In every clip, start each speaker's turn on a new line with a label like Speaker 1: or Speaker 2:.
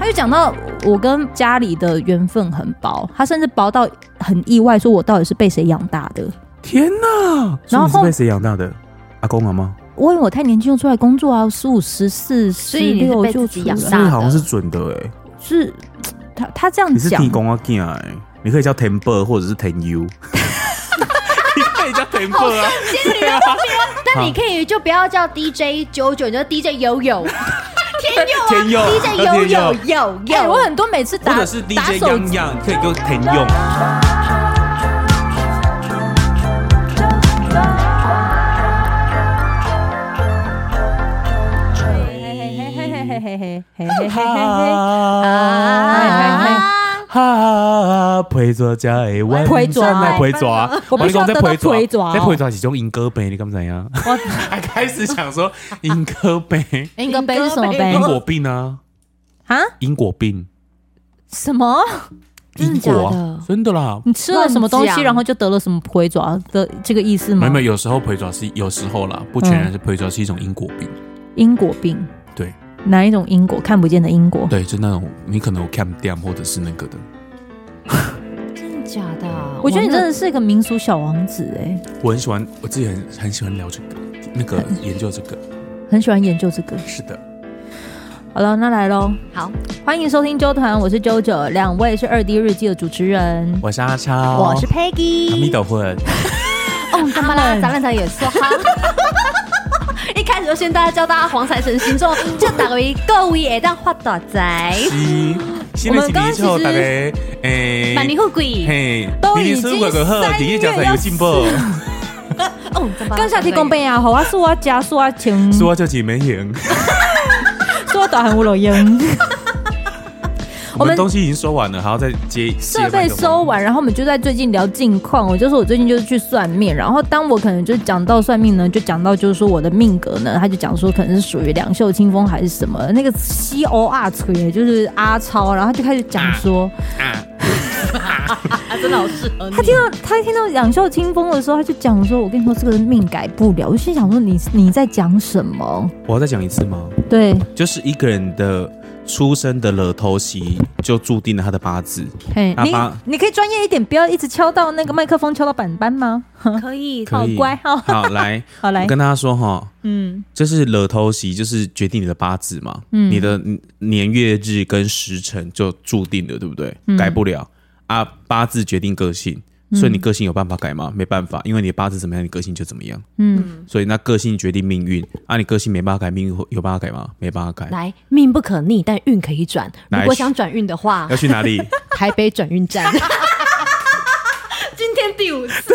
Speaker 1: 为讲到我跟家里的缘分很薄，他甚至薄到很意外，说我到底是被谁养大的。
Speaker 2: 天哪！
Speaker 1: 然后
Speaker 2: 所以你是被谁养大的？阿公阿妈？
Speaker 1: 我以为我太年轻就出来工作啊，十五、十四、十
Speaker 3: 所以你是
Speaker 1: 六
Speaker 3: 被
Speaker 1: 就
Speaker 3: 自己
Speaker 1: 出
Speaker 3: 养
Speaker 1: 来
Speaker 3: 大
Speaker 2: 这
Speaker 3: 的
Speaker 2: 个好像是准的哎、
Speaker 1: 是他他这样
Speaker 2: 你是
Speaker 1: 讲
Speaker 2: 提，供啊囝哎，你可以叫 Temper 或者是 Ten U，你可以叫 Temper 啊。
Speaker 3: 但你可以就不要叫 DJ 九九，你就 DJ 悠悠，
Speaker 2: 天佑
Speaker 3: ，DJ 悠悠悠
Speaker 1: 哎、
Speaker 3: 悠，
Speaker 1: 我很多每次打
Speaker 2: 或者是
Speaker 1: 打
Speaker 2: DJ
Speaker 1: 手
Speaker 2: 央央，可以给我 Ten 用。
Speaker 1: 啊
Speaker 2: 哈，陪抓家的晚
Speaker 1: 陪蛇
Speaker 2: 上来陪抓，
Speaker 1: 我不
Speaker 2: 跟你讲
Speaker 1: 需要得
Speaker 2: 这
Speaker 1: 到
Speaker 2: 蛇
Speaker 1: 陪蛇哦
Speaker 2: 这陪抓是种英歌杯，你敢怎样？ 还开始想说英歌杯，
Speaker 1: 英国杯是什么
Speaker 3: 哎
Speaker 1: 杯
Speaker 2: 英国病啊，
Speaker 1: 啊？
Speaker 2: 英国病，
Speaker 1: 什么？
Speaker 3: 真的
Speaker 2: 英国
Speaker 3: 假
Speaker 2: 啊
Speaker 3: 的，
Speaker 2: 真的啦。
Speaker 1: 你吃了什么东
Speaker 3: 乱
Speaker 1: 西，
Speaker 3: 讲
Speaker 1: 然后就得了什么灰爪的这个意思
Speaker 2: 没
Speaker 1: 吗？
Speaker 2: 有没有，有时候陪抓是有时候啦，不全然是陪抓是一种因果病。
Speaker 1: 因果病，
Speaker 2: 对
Speaker 1: 哪一种因果？看不见的因果。
Speaker 2: 对，就那种你可能有 cam down 或者是那个的，
Speaker 3: 真的假的啊？
Speaker 1: 我觉得你
Speaker 3: 那
Speaker 1: 真的是一个民俗小王子哎、
Speaker 2: 我很喜欢，我自己很很喜欢聊这个，那个研究这个，
Speaker 1: 很喜欢研究这个。
Speaker 2: 是的，
Speaker 1: 好了，那来喽，
Speaker 3: 好，
Speaker 1: 欢迎收听周团，我是周九，两位是二 D 日记的主持人。
Speaker 2: 我是阿超，
Speaker 3: 我是
Speaker 2: 啊阿米
Speaker 3: Peggy。
Speaker 2: 斗魂，
Speaker 3: 哦，干嘛啦？咱们才也说哈。一开始就先大家教大家黄财神星座，就打为各位会当发大财，
Speaker 2: 是，新
Speaker 1: 哎我
Speaker 2: 的
Speaker 1: 们
Speaker 2: 一
Speaker 1: 刚刚
Speaker 2: 年之后
Speaker 1: 其实
Speaker 2: 大家诶，
Speaker 3: 万年富贵。
Speaker 2: 嘿，
Speaker 1: 都已
Speaker 2: 明
Speaker 1: 经
Speaker 2: 年四月过后，
Speaker 1: 三月
Speaker 2: 第一讲才有进步，
Speaker 3: 哦，干嘛啦
Speaker 1: 刚下提供，杯啊，好啊，是我家，是我情，
Speaker 2: 说就几 没赢，
Speaker 1: 是我导航我老鹰。
Speaker 2: 我
Speaker 1: 我
Speaker 2: 们
Speaker 1: 们
Speaker 2: 东西已经收完了，还要再接
Speaker 1: 设备收，完，然后我们就在最近聊近况。我就说我最近就是去算命，然后当我可能就讲到算命呢，就讲到就是说我的命格呢，他就讲说可能是属于两袖清风还是什么那个 C O R 吹，就是阿超，然后他就开始讲说，
Speaker 3: 啊真的好适合你
Speaker 1: 他听到他听到两袖清风的时候，他就讲说，我跟你说这个命改不了。我心想说你你在讲什么？
Speaker 2: 我要再讲一次吗？
Speaker 1: 对，
Speaker 2: 就是一个人的出生的惹头席，就注定了他的八字。
Speaker 1: 嘿，
Speaker 2: 阿
Speaker 1: 你
Speaker 2: 巴
Speaker 1: 你可以专业一点，不要一直敲到那个麦克风敲到板板吗？
Speaker 3: 可以
Speaker 2: 可
Speaker 1: 好
Speaker 2: 以
Speaker 1: 乖哦
Speaker 2: 好来，
Speaker 1: 好 来
Speaker 2: 我，跟大家说哈，
Speaker 1: 嗯
Speaker 2: 就是惹头席，就是决定你的八字嘛，
Speaker 1: 嗯
Speaker 2: 你的年月日跟时辰就注定了，对不对？
Speaker 1: 嗯
Speaker 2: 改不了啊，八字决定个性，所以你个性有办法改吗？没办法，因为你的八字怎么样，你个性就怎么样。
Speaker 1: 嗯，
Speaker 2: 所以那个性决定命运啊，你个性没办法改，命运会有办法改吗？没办法改。
Speaker 3: 来，命不可逆，但运可以转。
Speaker 2: 来
Speaker 3: 如果想转运的话
Speaker 2: 要，去哪里？
Speaker 3: 台北转运站。今天第五次，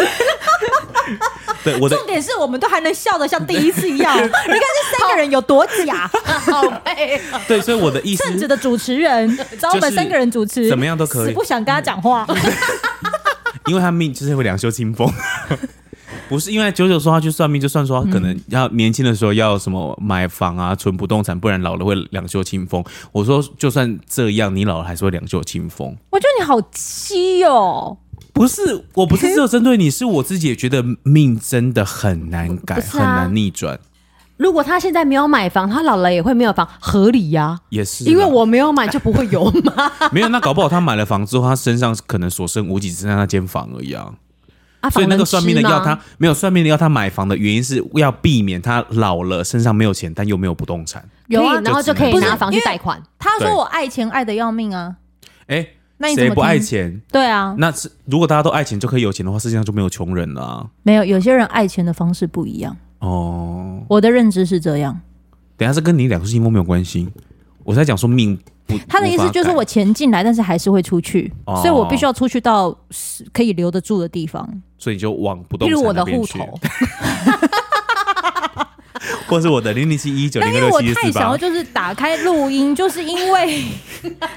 Speaker 2: 对，我的
Speaker 1: 重点是我们都还能笑得像第一次一样。 你看这三个人有多假，
Speaker 3: 好配 哦。
Speaker 2: 对，所以我的意思
Speaker 1: 正直的主持 人找我们三个人主持，
Speaker 2: 怎么样都可
Speaker 1: 死
Speaker 2: 以
Speaker 1: 不，想跟他讲话。
Speaker 2: 因为他命就是会两袖清风。 不是因为九九说他去算命，就算说他可能要年轻的时候要什么买房啊、存不动产，不然老了会两袖清风。我说就算这样，你老了还是会两袖清风。
Speaker 1: 我觉得你好鸡哦，
Speaker 2: 不是，我不是只有针对你，是我自己也觉得命真的很难改，
Speaker 3: 不是
Speaker 2: 很
Speaker 3: 啊
Speaker 2: 难逆转，
Speaker 3: 如果他现在没有买房，他老了也会没有房，合理呀、
Speaker 2: 也是啦。
Speaker 3: 因为我没有买就不会有嘛。
Speaker 2: 没有，那搞不好他买了房之后，他身上可能所剩无几，只剩下那间房而已 啊。
Speaker 3: 啊，
Speaker 2: 所以那个
Speaker 3: 房
Speaker 2: 算
Speaker 3: 能吃
Speaker 2: 命的要
Speaker 3: 吗
Speaker 2: 他没有算命的要他买房的原因是要避免他老了身上没有钱，但又没有不动产。
Speaker 1: 有啊
Speaker 3: 可以然后
Speaker 2: 就
Speaker 3: 就
Speaker 2: 只
Speaker 3: 可
Speaker 2: 能
Speaker 3: 以
Speaker 2: 不是
Speaker 3: 拿房去
Speaker 1: 因为
Speaker 3: 贷款。
Speaker 1: 他
Speaker 2: 对
Speaker 1: 说我爱钱爱的要命啊，
Speaker 2: 哎、
Speaker 1: 那你怎
Speaker 2: 谁
Speaker 1: 么
Speaker 2: 不爱
Speaker 1: 听？
Speaker 2: 钱？
Speaker 1: 对啊，
Speaker 2: 那是如果大家都爱钱就可以有钱的话，世界上就没有穷人了啊、
Speaker 1: 没有有些人爱钱的方式不一样，
Speaker 2: 哦，
Speaker 1: 我的认知是这样。
Speaker 2: 等一下这跟你两个星风没有关系，我在讲说命不。
Speaker 1: 他的意
Speaker 2: 无
Speaker 1: 思
Speaker 2: 法
Speaker 1: 就是
Speaker 2: 改
Speaker 1: 我钱进来，但是还是会出去，
Speaker 2: 哦
Speaker 1: 所以我必须要出去到是可以留得住的地方，
Speaker 2: 所以你就往不动
Speaker 3: 譬如
Speaker 2: 产
Speaker 3: 我
Speaker 2: 那
Speaker 3: 的
Speaker 2: 边
Speaker 3: 户
Speaker 2: 去，
Speaker 3: 头，
Speaker 2: 或是我的零零七一九
Speaker 1: 但
Speaker 2: 零
Speaker 1: 因
Speaker 2: 六
Speaker 1: 为我
Speaker 2: 六七
Speaker 1: 太
Speaker 2: 四
Speaker 1: 想
Speaker 2: 八
Speaker 1: 要，就是打开录音，就是因 为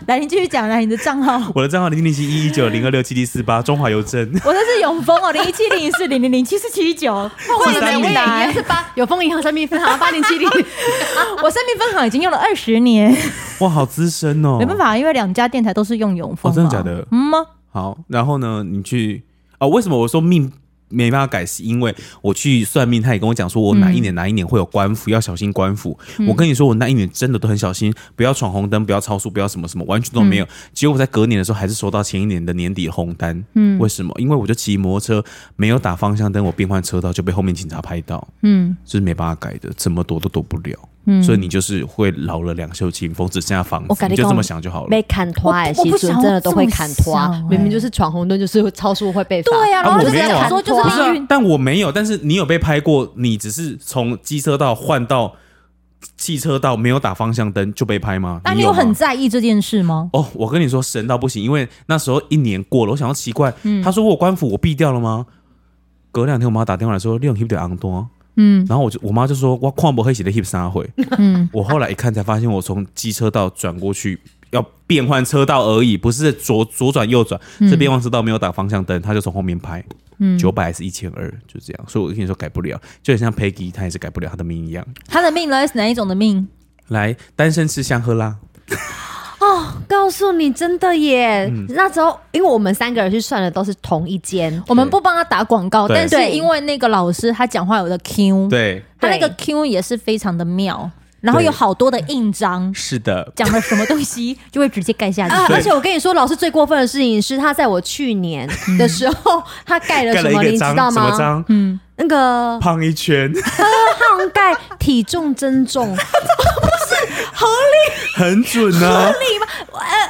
Speaker 1: 来，你继续讲来啊你的账号，
Speaker 2: 我的账号零零七一一九零二六七七四八，中华邮政。
Speaker 1: 我这是永丰哦，零一七零四零零零七四七 九，
Speaker 3: 我
Speaker 1: 欢
Speaker 3: 的
Speaker 1: 迎
Speaker 3: 每
Speaker 1: 进
Speaker 3: 位
Speaker 1: 来。
Speaker 3: 啊是八有丰银行生命分行八零七零，
Speaker 1: 我生命分行已经用了二十年，
Speaker 2: 哇，好资深哦！
Speaker 1: 没办，法，因为两家电台都是用永丰嘛、
Speaker 2: 哦真的假的
Speaker 1: 嗯吗？
Speaker 2: 好，然后呢，你去哦？为什么我说命没办法改，是因为我去算命，他也跟我讲说，我哪一年哪一年会有官府，要小心官府。我跟你说，我那一年真的都很小心，不要闯红灯，不要超速，不要什么什么，完全都没有。结果我在隔年的时候，还是收到前一年的年底红单。嗯，为什么？因为我就骑摩托车没有打方向灯，我变换车道就被后面警察拍到。嗯，这是没办法改的，怎么躲都躲不了。嗯，所以你就是会老了两袖清风，只剩下房
Speaker 3: 我
Speaker 2: 子，
Speaker 3: 跟你
Speaker 2: 你就这
Speaker 3: 讲
Speaker 2: 么想就好了。
Speaker 3: 被砍拖的
Speaker 1: 我
Speaker 3: 时
Speaker 1: 我不
Speaker 3: 阵，
Speaker 1: 想
Speaker 3: 真的都会砍拖啊
Speaker 1: 要这么想，欸
Speaker 3: 明明就是闯红灯，就是会超速会被罚。
Speaker 1: 对呀、然后
Speaker 2: 我
Speaker 1: 就
Speaker 2: 没
Speaker 1: 在
Speaker 2: 有
Speaker 1: 讲
Speaker 2: 啊
Speaker 1: 说就
Speaker 2: 不
Speaker 1: 是
Speaker 2: 是、
Speaker 1: 命
Speaker 2: 啊
Speaker 1: 运，，
Speaker 2: 但我没有，但是你有被拍过，你只是从机车道换到汽车道，没有打方向灯就被拍吗？
Speaker 1: 但
Speaker 2: 你
Speaker 1: 你有
Speaker 2: 吗
Speaker 1: 很在意这件事吗？
Speaker 2: 哦，我跟你说神到不行，因为那时候一年过了，我想要奇怪，
Speaker 3: 嗯
Speaker 2: 他说我有官府我避掉了吗？隔两天我妈打电话来说，你有 hip 的昂多，嗯，然后我就我妈就说我矿不黑写的 hip 三回，嗯，我后来一看才发现我从机车道转过去。要变换车道而已，不是左左转右转，
Speaker 3: 嗯
Speaker 2: 是变换车道没有打方向灯，他就从后面拍，九百还是一千二，就这样。所以我跟你说改不了，就很像 Peggy，她也是改不了她的命一样。
Speaker 1: 他的命呢是哪一种的命？
Speaker 2: 来，单身吃香喝辣，
Speaker 3: 告诉你，真的耶！
Speaker 2: 嗯
Speaker 3: 那时候因为我们三个人去算的都是同一间，
Speaker 2: 哦
Speaker 1: 我们不帮他打广告，
Speaker 2: 对
Speaker 1: 但是
Speaker 3: 对
Speaker 1: 因为那个老师他讲话有的 Q，
Speaker 2: 对，
Speaker 1: 他那
Speaker 3: 对
Speaker 1: 个 Q 也是非常的妙，然后
Speaker 2: 对
Speaker 1: 有好多的印章，
Speaker 2: 是的，
Speaker 1: 讲了什么东 西就会直接盖下去。
Speaker 3: 啊！
Speaker 2: 对
Speaker 3: 而且我跟你说，老师最过分的事情是，他在我去年的时候，他盖了
Speaker 2: 嗯盖
Speaker 3: 什
Speaker 2: 了一
Speaker 3: 么，
Speaker 2: 个
Speaker 3: 你知
Speaker 2: 章，
Speaker 3: 道
Speaker 2: 什么
Speaker 3: 吗？
Speaker 2: 章？
Speaker 1: 嗯
Speaker 3: 那个
Speaker 2: 胖一圈，
Speaker 3: 胖盖体重增重，
Speaker 2: 很准啊。
Speaker 3: 呃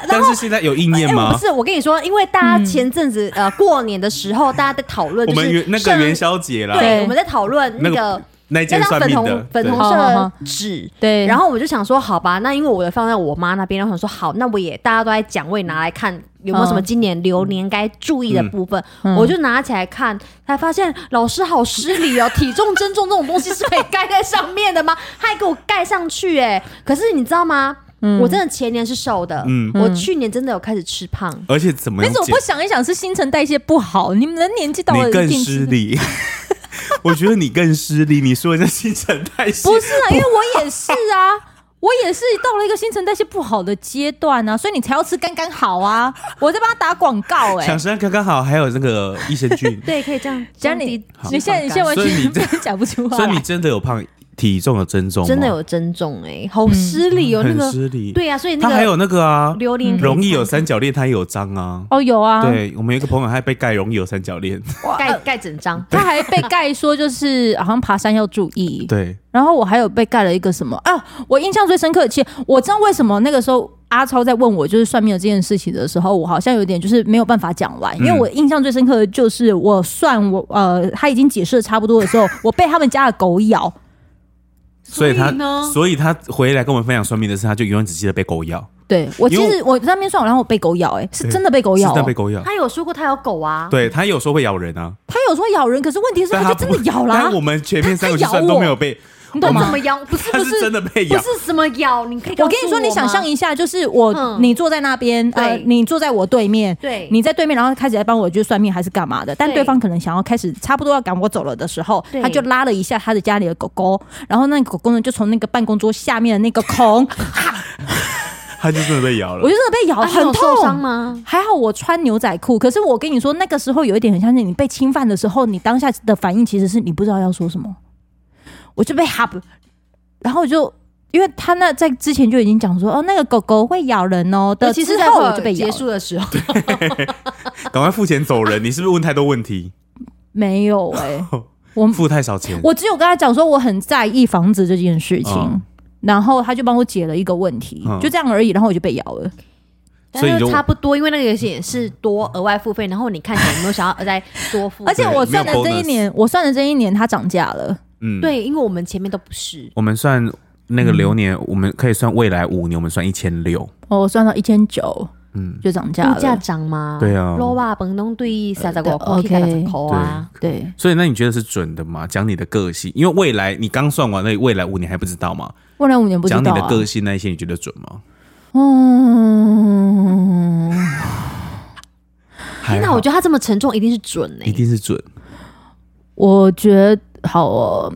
Speaker 2: 但是现在有应验
Speaker 3: 哎不
Speaker 2: 吗？
Speaker 3: 是，我跟你说，因为大家前 阵子、呃过年的时候，大家在讨论，
Speaker 2: 我
Speaker 3: 就
Speaker 2: 们
Speaker 3: 是
Speaker 2: 元那个
Speaker 3: 圣
Speaker 2: 元宵节啦，
Speaker 3: 对，
Speaker 1: 对
Speaker 3: 我们在讨论那
Speaker 2: 那
Speaker 3: 个
Speaker 2: 个。那一
Speaker 3: 那
Speaker 2: 间
Speaker 3: 张
Speaker 2: 算
Speaker 3: 粉
Speaker 2: 命
Speaker 3: 红
Speaker 2: 的，
Speaker 3: 粉
Speaker 2: 对
Speaker 3: 红
Speaker 1: 好
Speaker 3: 色
Speaker 1: 好
Speaker 3: 的
Speaker 1: 好
Speaker 3: 纸，
Speaker 1: 对
Speaker 3: 然后我就想说，好吧，那因为我的放在我妈那边，然后想说，好，那我也大家都在讲，我也拿来看有没有什么
Speaker 1: 嗯
Speaker 3: 今年流年该注意的部分，
Speaker 1: 嗯
Speaker 3: 我就拿起来看，才发现老师好失礼哦，体重增重这种东西是可以盖在上面的吗？他还给我盖上去、哎，可是你知道吗？我真的前年是瘦的，
Speaker 2: 嗯
Speaker 3: 我去年真的有开始吃胖，，
Speaker 2: 而且怎么
Speaker 1: 你
Speaker 2: 样
Speaker 1: 怎么
Speaker 2: 减
Speaker 1: 不想一想是新陈代谢不好？你们的年纪到了
Speaker 2: 你
Speaker 1: 一
Speaker 2: 更
Speaker 1: 定
Speaker 2: 失
Speaker 1: 是。
Speaker 2: 礼。 我觉得你更失礼，你说人家新陈代谢
Speaker 1: 不是啊，因为我也是啊， 我也是到了一个新陈代谢不好的阶段啊，所以你才要吃刚刚好啊。我在帮他打广告哎、
Speaker 2: 想身刚刚好，还有那个益生菌
Speaker 3: 对，可以这样。
Speaker 1: 讲
Speaker 3: 降低
Speaker 1: 你
Speaker 3: 脂，
Speaker 1: 你现在
Speaker 3: 肪
Speaker 1: 你现在
Speaker 3: 肝
Speaker 1: 完
Speaker 2: 所以你
Speaker 1: 全
Speaker 2: 这
Speaker 1: 讲不出话
Speaker 2: 所以你
Speaker 1: 来。
Speaker 2: 真的有胖体重有增重吗，
Speaker 3: 啊真的有增重哎、好失礼哦，那
Speaker 2: 很
Speaker 3: 个
Speaker 2: 失礼。
Speaker 3: 对啊，所以那
Speaker 2: 他
Speaker 3: 个
Speaker 2: 还有那个啊，
Speaker 3: 榴莲可以
Speaker 2: 容易有
Speaker 3: 放
Speaker 2: 三角恋，他也有章啊。
Speaker 1: 哦，有啊，
Speaker 2: 对我们有一个朋友，他被盖容易有三角 恋，
Speaker 3: 盖盖整张，
Speaker 1: 他还被盖说就是好像爬山要注意，
Speaker 2: 对，
Speaker 1: 然后我还有被盖了一个什么啊？我印象最深刻的，其实我知道为什么那个时候阿超在问我就是算命的这件事情的时候，我好像有点就是没有办法讲完，因
Speaker 2: 嗯
Speaker 1: 为我印象最深刻的就是我算我呃他已经解释的差不多的时候，我被他们家的狗 咬。
Speaker 2: 所以他
Speaker 3: 呢，
Speaker 2: 所以他回来跟我们分享算命的事，他就永远只记得被狗咬，
Speaker 1: 对我其
Speaker 2: 因为
Speaker 1: 实我在那边算，然后我被狗咬、欸，哎，是
Speaker 2: 对
Speaker 1: 真的被狗
Speaker 2: 是
Speaker 1: 咬、
Speaker 2: 但
Speaker 1: 哦
Speaker 2: 被。狗咬。
Speaker 3: 他有说过他有狗啊，
Speaker 2: 啊对他有时候会咬人啊，
Speaker 1: 他有说咬人，可是问题是
Speaker 2: 但
Speaker 1: 他
Speaker 2: 他
Speaker 1: 就真
Speaker 2: 不
Speaker 1: 的咬啊啦
Speaker 2: 但，我们前面三个去
Speaker 1: 他咬
Speaker 2: 算
Speaker 1: 我
Speaker 2: 都没有被，
Speaker 1: 你
Speaker 3: 他
Speaker 1: 懂
Speaker 3: 怎
Speaker 1: 吗
Speaker 3: 么？咬？不 是
Speaker 2: 他
Speaker 3: 不
Speaker 2: 是真的被
Speaker 3: 不
Speaker 2: 咬。
Speaker 3: 是什么咬，你哎可以告
Speaker 1: 我
Speaker 3: 诉
Speaker 1: 跟你说，你想象
Speaker 3: 一
Speaker 1: 一下，就是我，
Speaker 3: 嗯
Speaker 1: 你坐在那边，呃，
Speaker 3: 对
Speaker 1: 你坐在我对面，
Speaker 3: 对
Speaker 1: 你在对面，然后开始在帮我去算命还是干嘛的？但对方可能想要开始差不多要赶我走了的时候
Speaker 3: 对，
Speaker 1: 他就拉了一下他的家里的狗狗，然后那个狗狗呢就从那个办公桌下面的那个孔，
Speaker 2: 他就真的被咬
Speaker 1: 我
Speaker 2: 了。
Speaker 1: 就真的被咬，
Speaker 3: 啊你有
Speaker 1: 很
Speaker 3: 受伤
Speaker 1: 痛。
Speaker 3: 吗？
Speaker 1: 还好我穿牛仔裤，可是我跟你说，那个时候有一点很像是你被侵犯的时候，你当下的反应其实是你不知道要说什么，我就被哈，然后我就因为他那在之前就已经讲说，哦，那个狗狗会咬人哦的，
Speaker 3: 尤其是
Speaker 1: 之
Speaker 3: 在
Speaker 1: 后
Speaker 3: 会
Speaker 1: 我
Speaker 3: 儿
Speaker 1: 就被咬
Speaker 3: 结
Speaker 1: 了
Speaker 3: 束的时候，
Speaker 2: 赶快付钱走人！你是不是问太多问题，
Speaker 1: 没有哎、 我
Speaker 2: 付太少钱？
Speaker 1: 我只有跟他讲说我很在意房子这件事情，
Speaker 2: 嗯
Speaker 1: 然后他就帮我解了一个问题，
Speaker 2: 嗯
Speaker 1: 就这样而已，然后我就被咬了。
Speaker 2: 所以
Speaker 3: 但
Speaker 2: 你
Speaker 3: 是
Speaker 2: 就
Speaker 3: 差不多，因为那个游戏也是多额外付费，然后你看起来有没有想要呃再多付？
Speaker 1: 而且我
Speaker 2: 对没有
Speaker 1: 算的这一
Speaker 2: bonus
Speaker 1: 年，我算的这一年它涨价了，
Speaker 2: 嗯，，
Speaker 3: 对，因为我们前面都不是，
Speaker 2: 我们算那个流年，我们可以算未来五年，我们算一千六。
Speaker 1: 哦我算到一千九，
Speaker 2: 嗯，
Speaker 1: 就涨价
Speaker 3: 物
Speaker 1: 了。
Speaker 3: 价涨吗？
Speaker 2: 对啊
Speaker 3: 罗瓦本东对三十五块，
Speaker 1: 呃对
Speaker 3: 去三十
Speaker 1: OK
Speaker 3: 块啊，
Speaker 1: 对，
Speaker 2: 所以那你觉得是准的吗？讲你的个性，因为未来你刚算完，那未来五年还不知道吗？
Speaker 1: 未来五年不知道、
Speaker 2: 讲
Speaker 1: 啊。
Speaker 2: 你的个性那一些，你觉得准吗？
Speaker 1: 嗯，
Speaker 2: 还
Speaker 3: 天哪，
Speaker 2: 好
Speaker 3: 哎我觉得他这么沉重，一定是准哎
Speaker 2: 一。定是准，
Speaker 1: 我觉得好哦，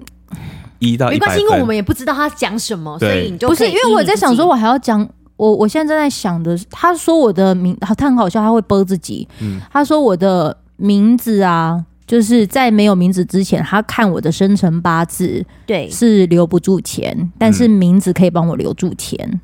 Speaker 2: 一到
Speaker 3: 没
Speaker 2: 一百
Speaker 3: 关
Speaker 2: 分。
Speaker 3: 系，因为我们也不知道他讲什么，所
Speaker 2: 对
Speaker 3: 以你就
Speaker 1: 不是
Speaker 3: 可以
Speaker 1: 因为我在想说，
Speaker 3: 依你
Speaker 1: 我还要讲。我我现在正在想的是，他
Speaker 2: 嗯
Speaker 1: 说我的名，他很好笑，他会播自己。他说我的名字啊，就是在没有名字之前，他看我的生辰八字
Speaker 3: 对，
Speaker 1: 是留不住钱，但
Speaker 2: 嗯
Speaker 1: 是名字可以帮我留住钱。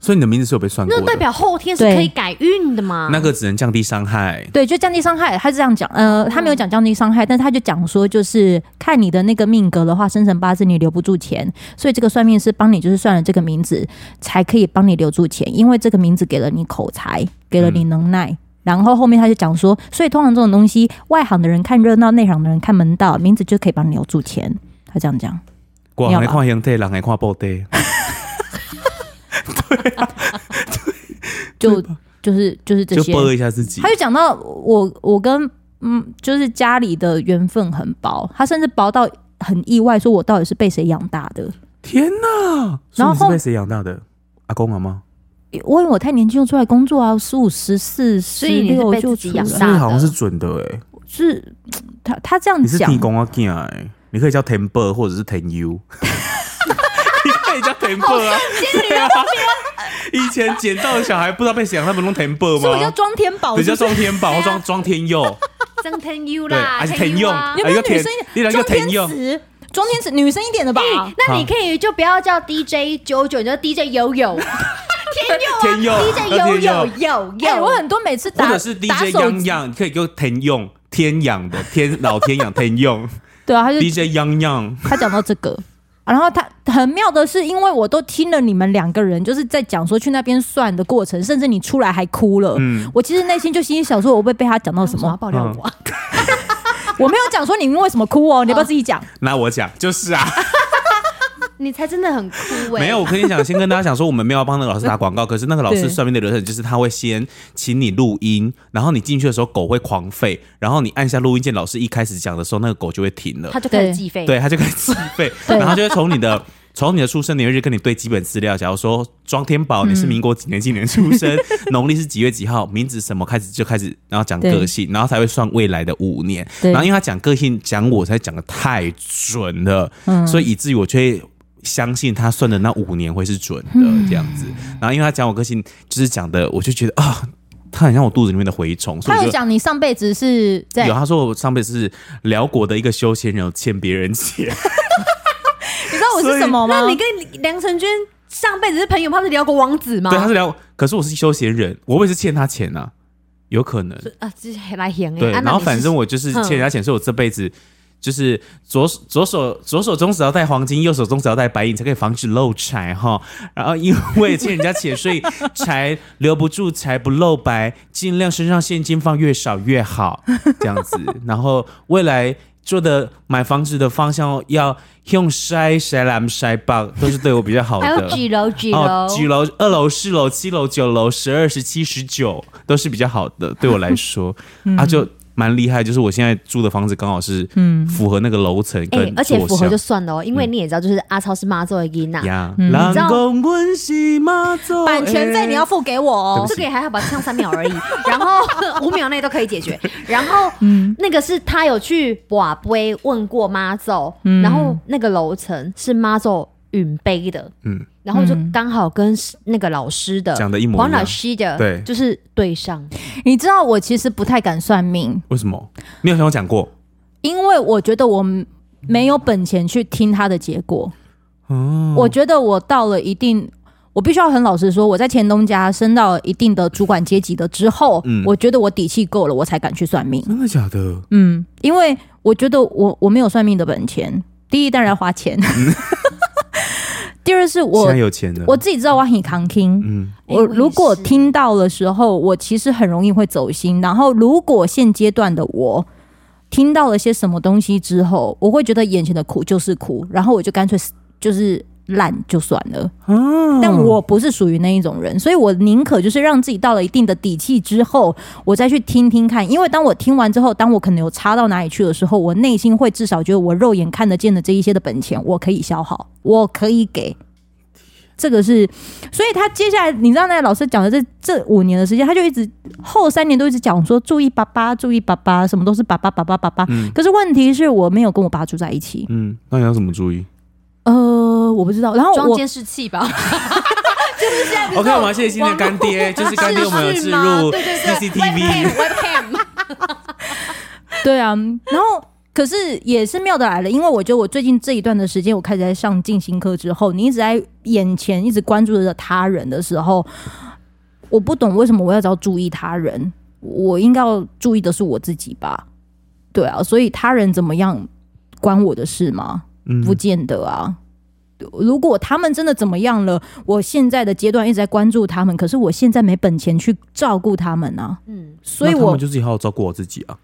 Speaker 2: 所以你的名字是有被算过
Speaker 3: 那
Speaker 2: 的，
Speaker 3: 代表啊后天是
Speaker 1: 对
Speaker 3: 可以改运的嘛？
Speaker 2: 那个只能降低伤害。
Speaker 1: 对，就降低伤害，他是这样讲，呃，他没有讲降低伤害，但他就讲说，就是看你的那个命格的话，生辰八字你留不住钱，所以这个算命师帮你就是算了这个名字，才可以帮你留住钱，因为这个名字给了你口才，给了你能耐。然后后面他就讲说，所以通常这种东西，外行的人看热闹，内行的人看门道，名字就可以帮你留住钱。他这样讲，
Speaker 2: 光来看形体，人来看报对。
Speaker 1: 就就是就是这
Speaker 2: 就
Speaker 1: 些。
Speaker 2: 播一下自己
Speaker 1: 他。就讲到我，我跟嗯，就是家里的缘分很薄，他甚至薄到很意外，说我到底是被谁养大的？
Speaker 2: 天哪！
Speaker 1: 然后
Speaker 2: 所以你是被谁养大的？阿公阿妈？
Speaker 1: 我因为我太年轻就出来工作啊，十五、十四、十
Speaker 3: 所以你是
Speaker 1: 六
Speaker 3: 被
Speaker 1: 就
Speaker 3: 自
Speaker 1: 出
Speaker 3: 己
Speaker 1: 来
Speaker 3: 养
Speaker 2: 这
Speaker 3: 大的
Speaker 2: 好像是准的哎、
Speaker 1: 是他他这样
Speaker 2: 你是
Speaker 1: 讲
Speaker 2: 提，供阿囝哎，你可以叫 Temper 或者是 Ten You，你可以叫 Temper 啊。对啊以前捡到的小孩不知道被谁养，他们弄 Temper
Speaker 1: 所以我叫
Speaker 2: 吗？
Speaker 1: 庄天宝，
Speaker 2: 人家
Speaker 1: 是不
Speaker 2: 装
Speaker 1: 是
Speaker 2: 天宝，
Speaker 3: 对啊
Speaker 2: 装装天佑，
Speaker 3: 增添 you
Speaker 2: 对，
Speaker 3: 啦，
Speaker 2: 还是
Speaker 3: 添
Speaker 2: 天佑，
Speaker 3: 啊
Speaker 1: 你有没有
Speaker 2: 还有一
Speaker 1: 女
Speaker 2: 个
Speaker 1: 生
Speaker 2: 田你有一个
Speaker 1: 庄
Speaker 2: 田
Speaker 1: 天
Speaker 2: 佑
Speaker 1: 池，庄天池女生一点 的吧？
Speaker 3: 哎那你可以就不要叫 DJ 九九，你叫 DJ 悠悠，
Speaker 2: 天佑，
Speaker 3: ，DJ
Speaker 2: 要
Speaker 3: 悠
Speaker 2: 天
Speaker 3: 悠
Speaker 2: 佑，
Speaker 3: 悠
Speaker 1: 哎，
Speaker 3: 悠，
Speaker 1: 我很多每次
Speaker 2: 或
Speaker 1: 打
Speaker 2: 者是
Speaker 1: 打
Speaker 2: DJ
Speaker 1: 手
Speaker 2: 央央，你可以给我天用天养的天老天养天用
Speaker 1: 对啊，他 就
Speaker 2: DJ 央央。
Speaker 1: 他讲到这个。啊然后他很妙的是，因为我都听了你们两个人就是在讲说去那边算的过程，甚至你出来还哭了。
Speaker 2: 嗯
Speaker 1: 我其实内心就心里想说，我会被他讲到什
Speaker 3: 什么要
Speaker 1: 么？
Speaker 3: 爆料我啊？嗯
Speaker 1: 我没有讲说你们为什么哭哦，你要不要自己讲？
Speaker 2: 那我讲就是啊，
Speaker 3: 你才真的很酷哎！
Speaker 2: 没有，我跟你讲，先跟大家讲说，我们没有要帮那个老师打广告，可是那个老师
Speaker 1: 对
Speaker 2: 算命的流程就是他会先请你录音，然后你进去的时候狗会狂吠，然后你按下录音键，老师一开始讲的时候，那个狗就会停了
Speaker 3: 他，就开始计费，
Speaker 2: 对，他就开始计费，
Speaker 1: 对
Speaker 2: 然后他就会从你的。 从你的出生年月日跟你对基本资料，假如说庄天宝你是民国几年几年出生， 农历是几月几号，名字什么开始就开始，然后讲
Speaker 1: 对
Speaker 2: 个性，然后才会算未来的五年。
Speaker 1: 对
Speaker 2: 然后因为他讲个性讲我才讲的太准了，
Speaker 1: 嗯
Speaker 2: 所以以至于我却相信他算的那五年会是准的这样子。
Speaker 1: 嗯
Speaker 2: 然后因为他讲我个性就是讲的，我就觉得啊，他很像我肚子里面的蛔虫，所以
Speaker 1: 他
Speaker 2: 我
Speaker 1: 有
Speaker 2: 就。
Speaker 1: 讲你上辈子是在
Speaker 2: 有，他啊说我上辈子是辽国的一个修仙人，有欠别人钱，
Speaker 1: 你知道我是什么吗
Speaker 3: 那？你跟梁成君上辈子是朋友，他不是聊过王子吗？
Speaker 2: 对，他是辽，可是我是修仙人，我会是欠他钱啊，有可能。
Speaker 3: 啊，这是来行哎。
Speaker 2: 对，
Speaker 3: 啊
Speaker 2: 然后反正我就是欠人家钱，所以我这辈子就是左手左手左手中指要戴黄金，右手中指要戴白银，才可以防止漏财哈。然后因为欠人家钱，所以财留不住，财不露白，尽量身上现金放越少越好，这样子。 然后未来。做的买房子的方向要用筛筛蓝筛棒，都是对我比较好的。
Speaker 3: 还有几楼几
Speaker 2: 哦
Speaker 3: 楼，
Speaker 2: 几楼、二楼、四楼、七楼、九楼、十二、十七、十九都是比较好的，对我来说，啊，就蛮厉害。就是我现在住的房子刚好是符合那个楼层跟
Speaker 3: 哎，而且符合就
Speaker 2: 坐
Speaker 3: 算了哦，
Speaker 2: 嗯
Speaker 3: 因为你也知道，就是阿超是妈做的囡
Speaker 2: 向
Speaker 3: 娜，
Speaker 2: 呀，
Speaker 3: 你
Speaker 2: 人
Speaker 3: 知道
Speaker 2: 讲阮是妈祖
Speaker 1: 版
Speaker 3: 嗯
Speaker 1: 权费你
Speaker 2: 哎
Speaker 1: 要付给我
Speaker 2: 对不
Speaker 1: 哦
Speaker 2: 起。
Speaker 3: 这个也还好吧，唱三秒 而已，然后 五秒内都可以解决。然后，
Speaker 1: 嗯
Speaker 3: 那个是他有去瓦杯问过妈祖，
Speaker 1: 嗯
Speaker 3: 然后那个楼层是妈祖允杯的，
Speaker 2: 嗯
Speaker 3: 嗯，然后就刚好跟那个老师的
Speaker 2: 讲得一模一样
Speaker 3: 黄老师的
Speaker 2: 对
Speaker 3: 就是对上，
Speaker 1: 你知道我其实不太敢算命，
Speaker 2: 为什么没有跟我讲过？
Speaker 1: 因为我觉得我没有本钱去听他的结果。我觉得我到了一定，我必须要很老实说，我在前东家升到一定的主管阶级的之后，
Speaker 2: 嗯
Speaker 1: 我觉得我底气够了，我才敢去算命。
Speaker 2: 真的假的？
Speaker 1: 嗯，因为我觉得我我没有算命的本钱，第一当然要花钱，第二是
Speaker 2: 现
Speaker 1: 我
Speaker 2: 在有钱了，
Speaker 1: 我自己知道我很扛 king，
Speaker 2: 嗯，
Speaker 1: 我
Speaker 3: 诶我也
Speaker 1: 如果
Speaker 3: 是
Speaker 1: 听到的时候，我其实很容易会走心。然后，如果现阶段的我听到了些什么东西之后，我会觉得眼前的苦就是苦，然后我就干脆死就是烂就算了。但我不是属于那一种人，所以我宁可就是让自己到了一定的底气之后，我再去听听看。因为当我听完之后，当我可能有差到哪里去的时候，我内心会至少觉得我肉眼看得见的这一些的本钱，我可以消耗，我可以给。这个是，所以他接下来，你知道那个老师讲的这这五年的时间，他就一直后三年都一直讲说注意爸爸，注意爸爸，什么都是爸爸爸爸爸爸。可是问题是我没有跟我爸住在一起，
Speaker 2: 嗯，那你要怎么注意
Speaker 1: 呃，我不知道。然后
Speaker 3: 装
Speaker 1: 我
Speaker 3: 监视器 吧。
Speaker 2: ？OK，我们要谢谢今天的干爹，就是干爹，我们有
Speaker 3: 视
Speaker 2: 置
Speaker 3: 讯吗
Speaker 2: 入
Speaker 3: 对对 对
Speaker 2: CCTV。
Speaker 3: webcam，
Speaker 1: 对啊，然后可是也是妙的来了，因为我觉得我最近这一段的时间，我开始在上静心课之后，你一直在眼前一直关注着他人的时候，我不懂为什么我要只要注意他人，我应该要注意的是我自己吧？对啊，所以他人怎么样关我的事吗？
Speaker 2: 嗯
Speaker 1: 不见得啊。如果他们真的怎么样了，我现在的阶段一直在关注他们，可是我现在没本钱去照顾他们啊，
Speaker 3: 嗯，
Speaker 1: 所以
Speaker 2: 那他
Speaker 1: 我
Speaker 2: 们就自己好好照顾我自己啊。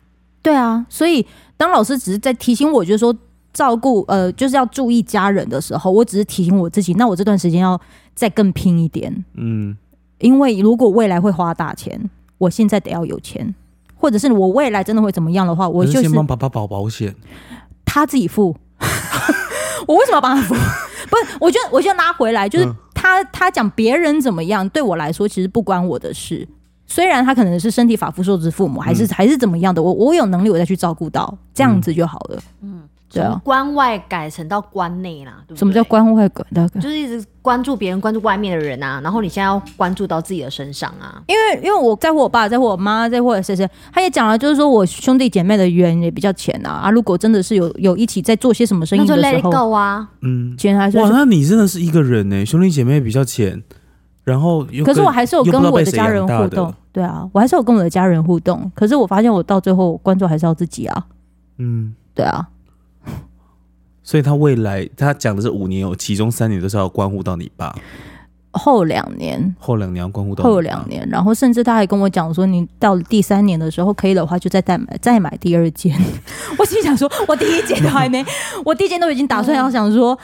Speaker 1: 对啊，所以当老师只是在提醒我，就是说照顾呃，就是要注意家人的时候，我只是提醒我自己，那我这段时间要再更拼一点，
Speaker 2: 嗯，
Speaker 1: 因为如果未来会花大钱，我现在得要有钱，或者是我未来真的会怎么样的话，我
Speaker 2: 可
Speaker 1: 就是
Speaker 2: 先帮爸爸保保险，
Speaker 1: 他自己 付，我为什么要帮他付？不是，我觉得我觉得拉回来，就是
Speaker 2: 嗯
Speaker 1: 他、他讲别人怎么样，对我来说其实不关我的事。虽然他可能是身体发肤受之父母，
Speaker 2: 嗯
Speaker 1: 还是、还是怎么样的，我我有能力我再去照顾到，这样子就好了。对啊
Speaker 3: 从关外改成到关内啦，对不对
Speaker 1: 什么叫？关外管的？
Speaker 3: 就是一直关注别人，关注外面的人啊，然后你现在要关注到自己的身上啊。
Speaker 1: 因为因为我在乎我爸，在乎我妈，在乎我谁谁，他也讲了，就是说我兄弟姐妹的缘也比较浅啊。啊，如果真的是有有一起在做些什么生
Speaker 3: 那
Speaker 1: 意
Speaker 3: 就
Speaker 1: 的
Speaker 3: let
Speaker 1: 时
Speaker 3: it
Speaker 1: 候，
Speaker 3: go 啊，
Speaker 2: 嗯，
Speaker 1: 钱还是
Speaker 2: 哇，那你真的是一个人呢、兄弟姐妹比较浅，然后又
Speaker 1: 可是
Speaker 2: 跟
Speaker 1: 我还是有
Speaker 2: 又不
Speaker 1: 跟
Speaker 2: 知道
Speaker 1: 我
Speaker 2: 被
Speaker 1: 的
Speaker 2: 谁
Speaker 1: 家人
Speaker 2: 养大
Speaker 1: 互
Speaker 2: 的
Speaker 1: 动，对啊，我还是有跟我的家人互动。可是我发现我到最后关注还是要自己啊，
Speaker 2: 嗯，
Speaker 1: 对啊，
Speaker 2: 所以他未来他讲的是五年，有其中三年都是要关乎到你爸，
Speaker 1: 后两年。
Speaker 2: 后两年要关乎到你爸
Speaker 1: 后两，年，然后甚至他还跟我讲说，你到第三年的时候可以的话，就再再买再买第二间。 我心想说，我第一间都还 没，我第一间都已经打算要想说，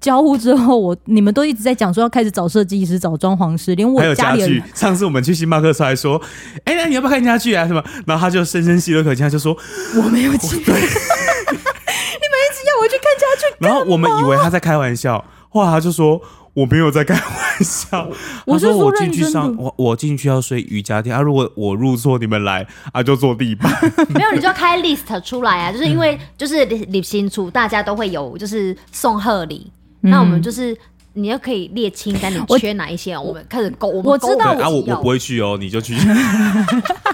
Speaker 1: 交屋之后我你们都一直在讲说要开始找设计师、找装潢师，连
Speaker 2: 还有
Speaker 1: 我
Speaker 2: 家
Speaker 1: 里人
Speaker 2: 具。 上次我们去星巴克的时候还说，哎、那你要不要看家具啊？什么？然后他就深深吸了口气，他就说，
Speaker 1: 我没有钱， 你们一直要我去看家具，
Speaker 2: 然后我们以为他在开玩笑，后来他就说我没有在开玩笑。
Speaker 1: 我
Speaker 2: 他
Speaker 1: 是
Speaker 2: 说
Speaker 1: 说
Speaker 2: 我
Speaker 1: 认
Speaker 2: 进去
Speaker 1: 真
Speaker 2: 上
Speaker 1: 的
Speaker 2: 我我进去要睡瑜伽垫啊，如果我入错你们来啊就坐地板。
Speaker 3: 没有你就要开 list 出来啊，就是因
Speaker 1: 嗯
Speaker 3: 为就是旅旅行组大家都会有就是送贺礼，那我们就是你就可以列清单，你
Speaker 1: 嗯我
Speaker 3: 缺哪一些，啊我们开始勾，我们
Speaker 1: 我知道
Speaker 2: 对啊，我我不
Speaker 3: 会，
Speaker 2: 会去哦，你 就去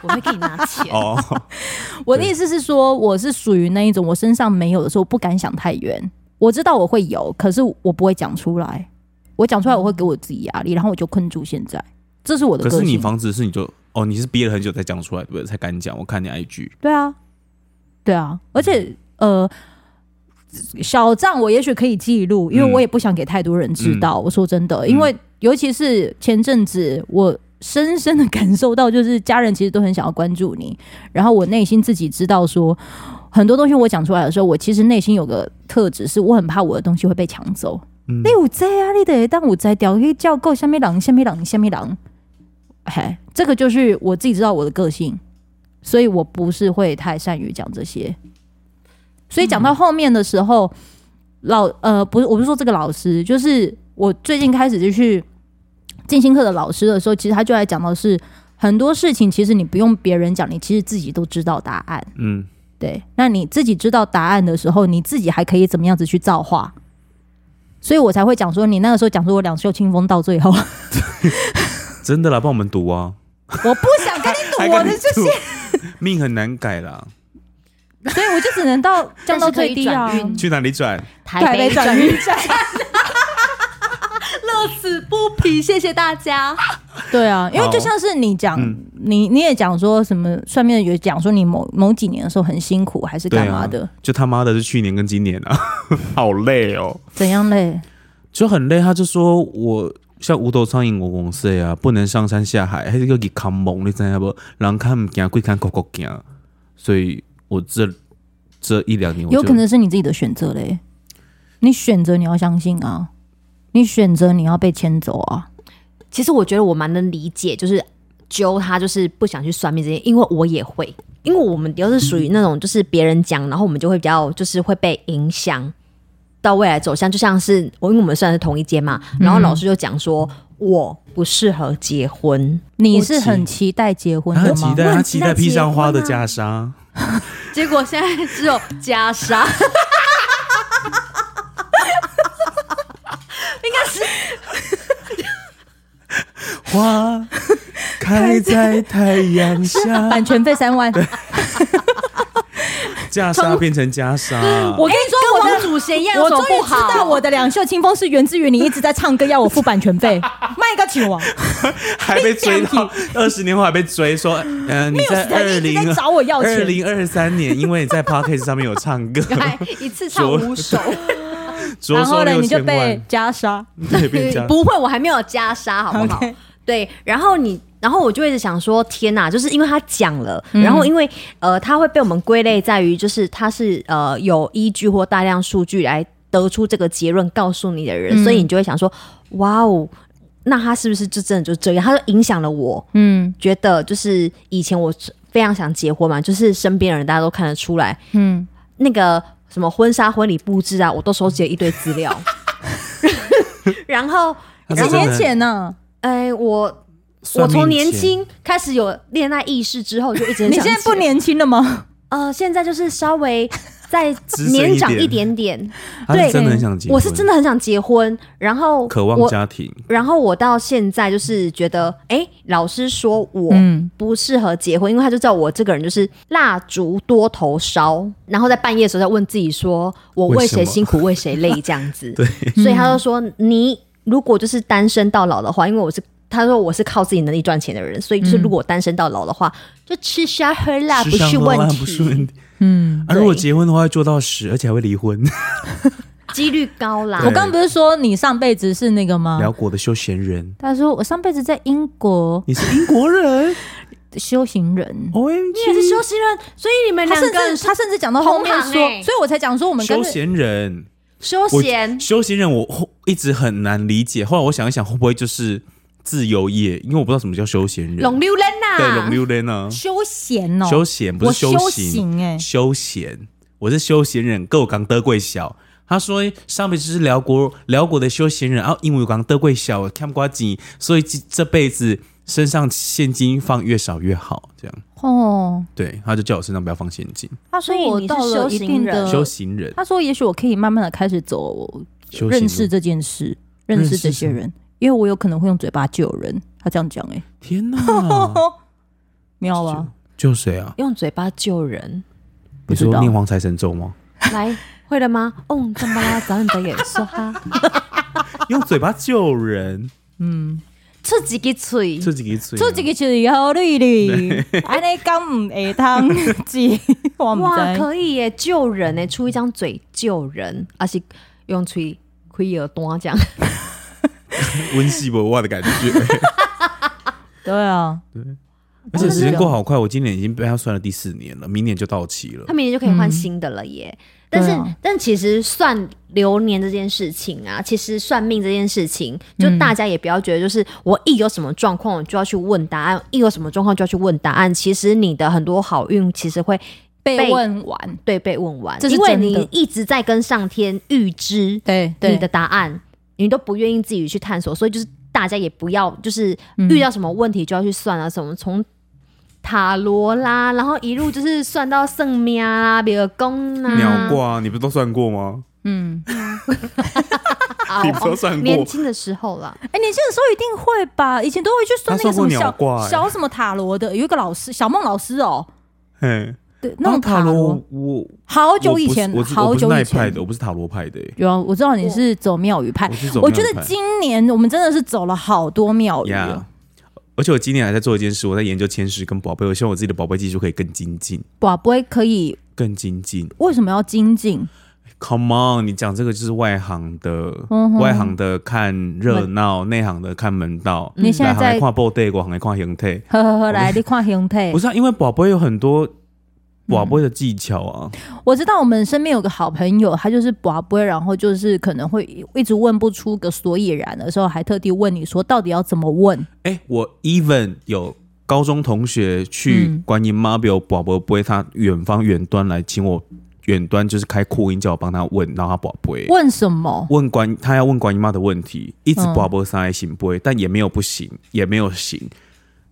Speaker 3: 我会给你拿钱，
Speaker 2: 哦。
Speaker 1: 我的意思是说，我是属于那一种，我身上没有的时候，我不敢想太远。我知道我会有，可是我不会讲出来。我讲出来，我会给我自己压力，然后我就困住现在。这是我的
Speaker 2: 可
Speaker 1: 个性。
Speaker 2: 是你房子是你就哦，你是憋了很久才讲出来，对不对？才敢讲。我看你 IG，
Speaker 1: 对啊，对啊，而且呃，小账我也许可以记录，因为
Speaker 2: 嗯
Speaker 1: 我也不想给太多人知道。我说真的，因为尤其是前阵子，我深深的感受到，就是家人其实都很想要关注你，然后我内心自己知道说。很多东西我讲出来的时候，我其实内心有个特质，是我很怕我的东西会被抢走。
Speaker 2: 嗯
Speaker 1: 你有在啊，你得当有在掉，可以叫够下面狼，下面狼，下面狼。嘿，这个就是我自己知道我的个性，所以我不是会太善于讲这些。所以讲到后面的时候，老呃不是我不是说这个老师，就是我最近开始就去静心课的老师的时候，其实他就来讲到是很多事情，其实你不用别人讲，你其实自己都知道答案。
Speaker 2: 嗯，
Speaker 1: 对，那你自己知道答案的时候，你自己还可以怎么样子去造化？所以我才会讲说，你那个时候讲说我两袖清风到最后，我
Speaker 2: 真的啦，帮我们读啊。
Speaker 1: 不想跟你
Speaker 2: 还
Speaker 1: 赌我
Speaker 2: 敢
Speaker 1: 的这些
Speaker 2: 读，命很难改 啦，
Speaker 1: 所以我就只能到降到最低啊
Speaker 3: 但是可以转运。
Speaker 2: 去哪里转？
Speaker 3: 台北转
Speaker 1: 运
Speaker 3: 运，
Speaker 1: 站，
Speaker 3: 乐此不疲，谢谢大家。
Speaker 1: 对啊，因为
Speaker 2: 好
Speaker 1: 就像是你讲，
Speaker 2: 嗯
Speaker 1: 你你也讲说什么，算命的有讲说你某某几年的时候很辛苦，还是干嘛的？
Speaker 2: 对啊？就他妈的是去年跟今年啊， 好累哦。
Speaker 1: 怎样嘞？
Speaker 2: 就很累。他就说我像无头苍蝇我公司啊，不能上山下海，还是个给扛蒙，你知道不？人看不见，鬼看狗狗惊。所以我这这一两年我就
Speaker 1: 有可能是你自己的选择嘞。你选择你要相信啊，你选择你要被牵走啊。
Speaker 3: 其实我觉得我蛮能理解，就是揪他就是不想去算命这些，因为我也会，因为我们都是属于那种就是别人讲，然后我们就会比较就是会被影响到未来走向，就像是我因为我们算是同一间嘛，
Speaker 1: 嗯
Speaker 3: 然后老师就讲说。我不适合结婚，
Speaker 1: 你是很期待结婚
Speaker 2: 他
Speaker 1: 的
Speaker 2: 很
Speaker 1: 吗
Speaker 2: 期？待，
Speaker 3: 我
Speaker 2: 他
Speaker 3: 很
Speaker 2: 期
Speaker 3: 期
Speaker 2: 待
Speaker 3: 待
Speaker 2: 披上花的
Speaker 3: 结婚
Speaker 2: 袈
Speaker 3: 啊
Speaker 2: 裟。
Speaker 3: 结果现在只有 袈裟。
Speaker 2: 花开在太阳下，
Speaker 1: 版权费三万。
Speaker 2: 袈裟变成袈 裟，
Speaker 1: 哎我跟你说，我
Speaker 3: 王
Speaker 1: 的
Speaker 3: 祖贤一样 有
Speaker 1: 我
Speaker 3: 什
Speaker 1: 终
Speaker 3: 么不
Speaker 1: 于知
Speaker 3: 好？
Speaker 1: 道我的两袖清风是源自于你一直在唱歌要我付版权 费，卖个球啊！
Speaker 2: 还被追到二十年后还被追说，呃，你在
Speaker 1: 人
Speaker 2: 二
Speaker 1: 一直
Speaker 2: 零
Speaker 1: 在找我要
Speaker 2: 二
Speaker 1: 钱
Speaker 2: 零二三年，因为你在 Podcast 上面有唱 歌，
Speaker 3: 还一次唱 五首，
Speaker 2: 着收
Speaker 1: 呢，
Speaker 2: 六
Speaker 1: 你就
Speaker 2: 千
Speaker 1: 被
Speaker 2: 万，
Speaker 1: 加杀。
Speaker 2: 对，变这样。
Speaker 3: 不会，我还没有袈裟，好不好
Speaker 1: OK
Speaker 3: 对，然后你。然后我就一直想说，天哪！就是因为他讲了，然后因为呃，他会被我们归类在于，就是他是呃有依据或大量数据来得出这个结论告诉你的人，所以你就会想说，哇哦，那他是不是就真的就这样？他就影响了我，
Speaker 1: 嗯
Speaker 3: 觉得就是以前我非常想结婚嘛，就是身边的人大家都看得出来，
Speaker 1: 嗯，
Speaker 3: 那个什么婚纱、婚礼布置啊，我都收集了一堆资料。 然后，
Speaker 2: 他是
Speaker 1: 几
Speaker 2: 真的
Speaker 1: 年前呢？
Speaker 3: 哎，我
Speaker 2: 算
Speaker 3: 我
Speaker 2: 命
Speaker 3: 从年
Speaker 2: 前
Speaker 3: 轻开始有恋爱意识之后，就一直很
Speaker 1: 你
Speaker 3: 想
Speaker 1: 现在不
Speaker 3: 结
Speaker 1: 年轻了吗？
Speaker 3: 呃，现在就是稍微再
Speaker 2: 资深
Speaker 3: 年
Speaker 2: 一
Speaker 3: 长
Speaker 2: 点
Speaker 3: 一点点，
Speaker 2: 他是
Speaker 3: 对
Speaker 2: 真的很想结婚，
Speaker 3: 我是真的很想结婚，然后
Speaker 2: 渴望
Speaker 3: 我
Speaker 2: 家庭，
Speaker 3: 然后我到现在就是觉得，哎，老师说我
Speaker 1: 嗯
Speaker 3: 不适合结婚，因为他就知道我这个人就是蜡烛多头烧，然后在半夜的时候在问自己说，我为谁
Speaker 2: 为什么
Speaker 3: 辛苦为谁累这样子。
Speaker 2: 对，
Speaker 3: 所以他就说，你如果就是单身到老的话，因为我是。他说我是靠自己能力赚钱的人，所以就是如果我单身到老的话，就吃香喝辣不
Speaker 2: 嗯吃香
Speaker 3: 是
Speaker 2: 喝
Speaker 3: 问
Speaker 2: 辣
Speaker 3: 题，
Speaker 2: 不是问题。
Speaker 1: 嗯，
Speaker 2: 啊，
Speaker 3: 对啊
Speaker 2: 如果结婚的话，会做到十，而且还会离婚。
Speaker 3: 几率高啦。
Speaker 2: 对
Speaker 1: 我刚刚不是说你上辈子是那个吗？
Speaker 2: 辽国的休闲人，
Speaker 1: 他说我上辈子在英国
Speaker 2: 你是英国人
Speaker 1: 修行人。
Speaker 2: ，O M
Speaker 3: 你也是
Speaker 2: G，
Speaker 3: 修行人，所以你们
Speaker 1: 他
Speaker 3: 两
Speaker 1: 甚
Speaker 3: 个人
Speaker 1: 至
Speaker 3: 是
Speaker 1: 他甚至讲到后面
Speaker 3: 同行
Speaker 1: 说，
Speaker 3: 欸
Speaker 1: 所以我才讲说我们跟
Speaker 2: 休闲人，
Speaker 3: 休
Speaker 2: 我
Speaker 3: 闲，
Speaker 2: 休闲人，我后一直很难理解。后来我想一想，会不会就是自由业？因为我不知道什么叫休闲人，
Speaker 3: 龙溜人呐、
Speaker 2: 对龙溜人呢？
Speaker 1: 休闲哦，
Speaker 2: 休闲不
Speaker 1: 我
Speaker 2: 是
Speaker 1: 修
Speaker 2: 行，
Speaker 1: 哎，
Speaker 2: 休闲，我是休闲人，够刚德贵小。他说上辈子是辽国辽国的休闲人，然后啊因为刚德贵小看瓜子，所以这这辈子身上现金放越少越好，这样。
Speaker 1: 哦，
Speaker 2: 对，他就叫我身上不要放现金。
Speaker 1: 他
Speaker 3: 所
Speaker 1: 说
Speaker 3: 以
Speaker 1: 我
Speaker 3: 你是
Speaker 1: 到了一定
Speaker 3: 修行人
Speaker 1: 的
Speaker 2: 修行人，
Speaker 1: 他说：“也许我可以慢慢的开始走
Speaker 2: 修行路
Speaker 1: 认识这件事，认识这些人，因为我有可能会用嘴巴救人。”他这样讲、欸，
Speaker 2: 天哪，
Speaker 1: 妙啊！
Speaker 2: 救谁啊？
Speaker 3: 用嘴巴救人。
Speaker 1: 不
Speaker 2: 你
Speaker 1: 知
Speaker 2: 说
Speaker 1: 道
Speaker 2: 念黄财神咒吗？
Speaker 3: 来，会了吗？哦，怎么啦？早你的眼说哈，
Speaker 2: 用嘴巴救人，
Speaker 3: 出几个嘴，
Speaker 2: 自己给嘴。
Speaker 1: 嗯这几个就是好利利，安尼讲唔会当记， 我唔
Speaker 3: 哇，
Speaker 1: 知。
Speaker 3: 可以耶，救人耶，出一张嘴救人，而且用嘴开耳朵 这样。
Speaker 2: 温西伯哇的感觉。
Speaker 1: 对啊，
Speaker 2: 而且时间过好快，我今年已经被他算了第四年了，明年就到期了
Speaker 3: 他。明年就可以换新的了耶。但是，
Speaker 1: 对啊
Speaker 3: 但其实算流年这件事情啊，其实算命这件事情，
Speaker 1: 嗯
Speaker 3: 就大家也不要觉得就是我一有什么状况我就要去问答案，一有什么状况就要去问答案。其实你的很多好运其实会
Speaker 1: 被问完，
Speaker 3: 对被问完，
Speaker 1: 这是
Speaker 3: 因为
Speaker 1: 真的
Speaker 3: 你一直在跟上天预知
Speaker 1: 对
Speaker 3: 你
Speaker 1: 对
Speaker 3: 的答案，你都不愿意自己去探索，所以就是大家也不要就是遇到什么问题就要去算啊，什么从塔罗啦，然后一路就是算到圣庙啦、比尔宫啦、
Speaker 2: 鸟卦，你不都算过吗？
Speaker 1: 嗯，
Speaker 3: 啊
Speaker 2: 你不都算过
Speaker 3: 年轻的时候啦，
Speaker 1: 哎，年轻的时候一定会吧？以前都会去算那个
Speaker 2: 他算
Speaker 1: 什
Speaker 2: 过
Speaker 1: 么
Speaker 2: 鸟卦
Speaker 1: 小
Speaker 2: 欸
Speaker 1: 小什么塔罗的，有一个老师，小梦老师哦，
Speaker 2: 嘿，
Speaker 1: 对，那种
Speaker 2: 啊塔
Speaker 1: 罗，，
Speaker 2: 我
Speaker 1: 好
Speaker 2: 我
Speaker 1: 久以
Speaker 2: 不是
Speaker 1: 前
Speaker 2: 我，是我
Speaker 1: 好
Speaker 2: 不是
Speaker 1: 久
Speaker 2: 那一
Speaker 1: 以
Speaker 2: 派
Speaker 1: 前
Speaker 2: 的，我不是塔罗派的，欸
Speaker 1: 有啊，我知道你是走庙宇派
Speaker 2: 我，是走
Speaker 1: 我觉
Speaker 2: 庙
Speaker 1: 得
Speaker 2: 派
Speaker 1: 今年我们真的是走了好多庙宇哦
Speaker 2: 呀。而且我今年还在做一件事，我在研究千石跟宝贝，我希望我自己的宝贝技术可以更精进，
Speaker 1: 宝贝可以
Speaker 2: 更精进。
Speaker 1: 为什么要精进？
Speaker 2: Come on，你讲这个就是外行的，
Speaker 1: 嗯哼
Speaker 2: 外行的看热闹，内行的看门道。
Speaker 1: 嗯你现在在
Speaker 2: 内行的看 body，外行的看形态。
Speaker 1: 呵呵呵，来，你看形态
Speaker 2: 不。是、啊，因为宝贝有很多
Speaker 1: 嗯
Speaker 2: 宝贝的技巧啊，
Speaker 1: 我知道我们身边有个好朋友，他就是宝贝，然后就是可能会一直问不出个所以然的时候，还特地问你说到底要怎么问？
Speaker 2: 哎、我 even 有高中同学去
Speaker 1: 嗯
Speaker 2: 观音妈庙宝宝杯，他远方远端来请我远端就是开扩音叫我帮他问，然后他宝贝
Speaker 1: 问什么？
Speaker 2: 问观他要问观音妈的问题，一直
Speaker 1: 嗯
Speaker 2: 宝宝上来行不会，但也没有不行，也没有行，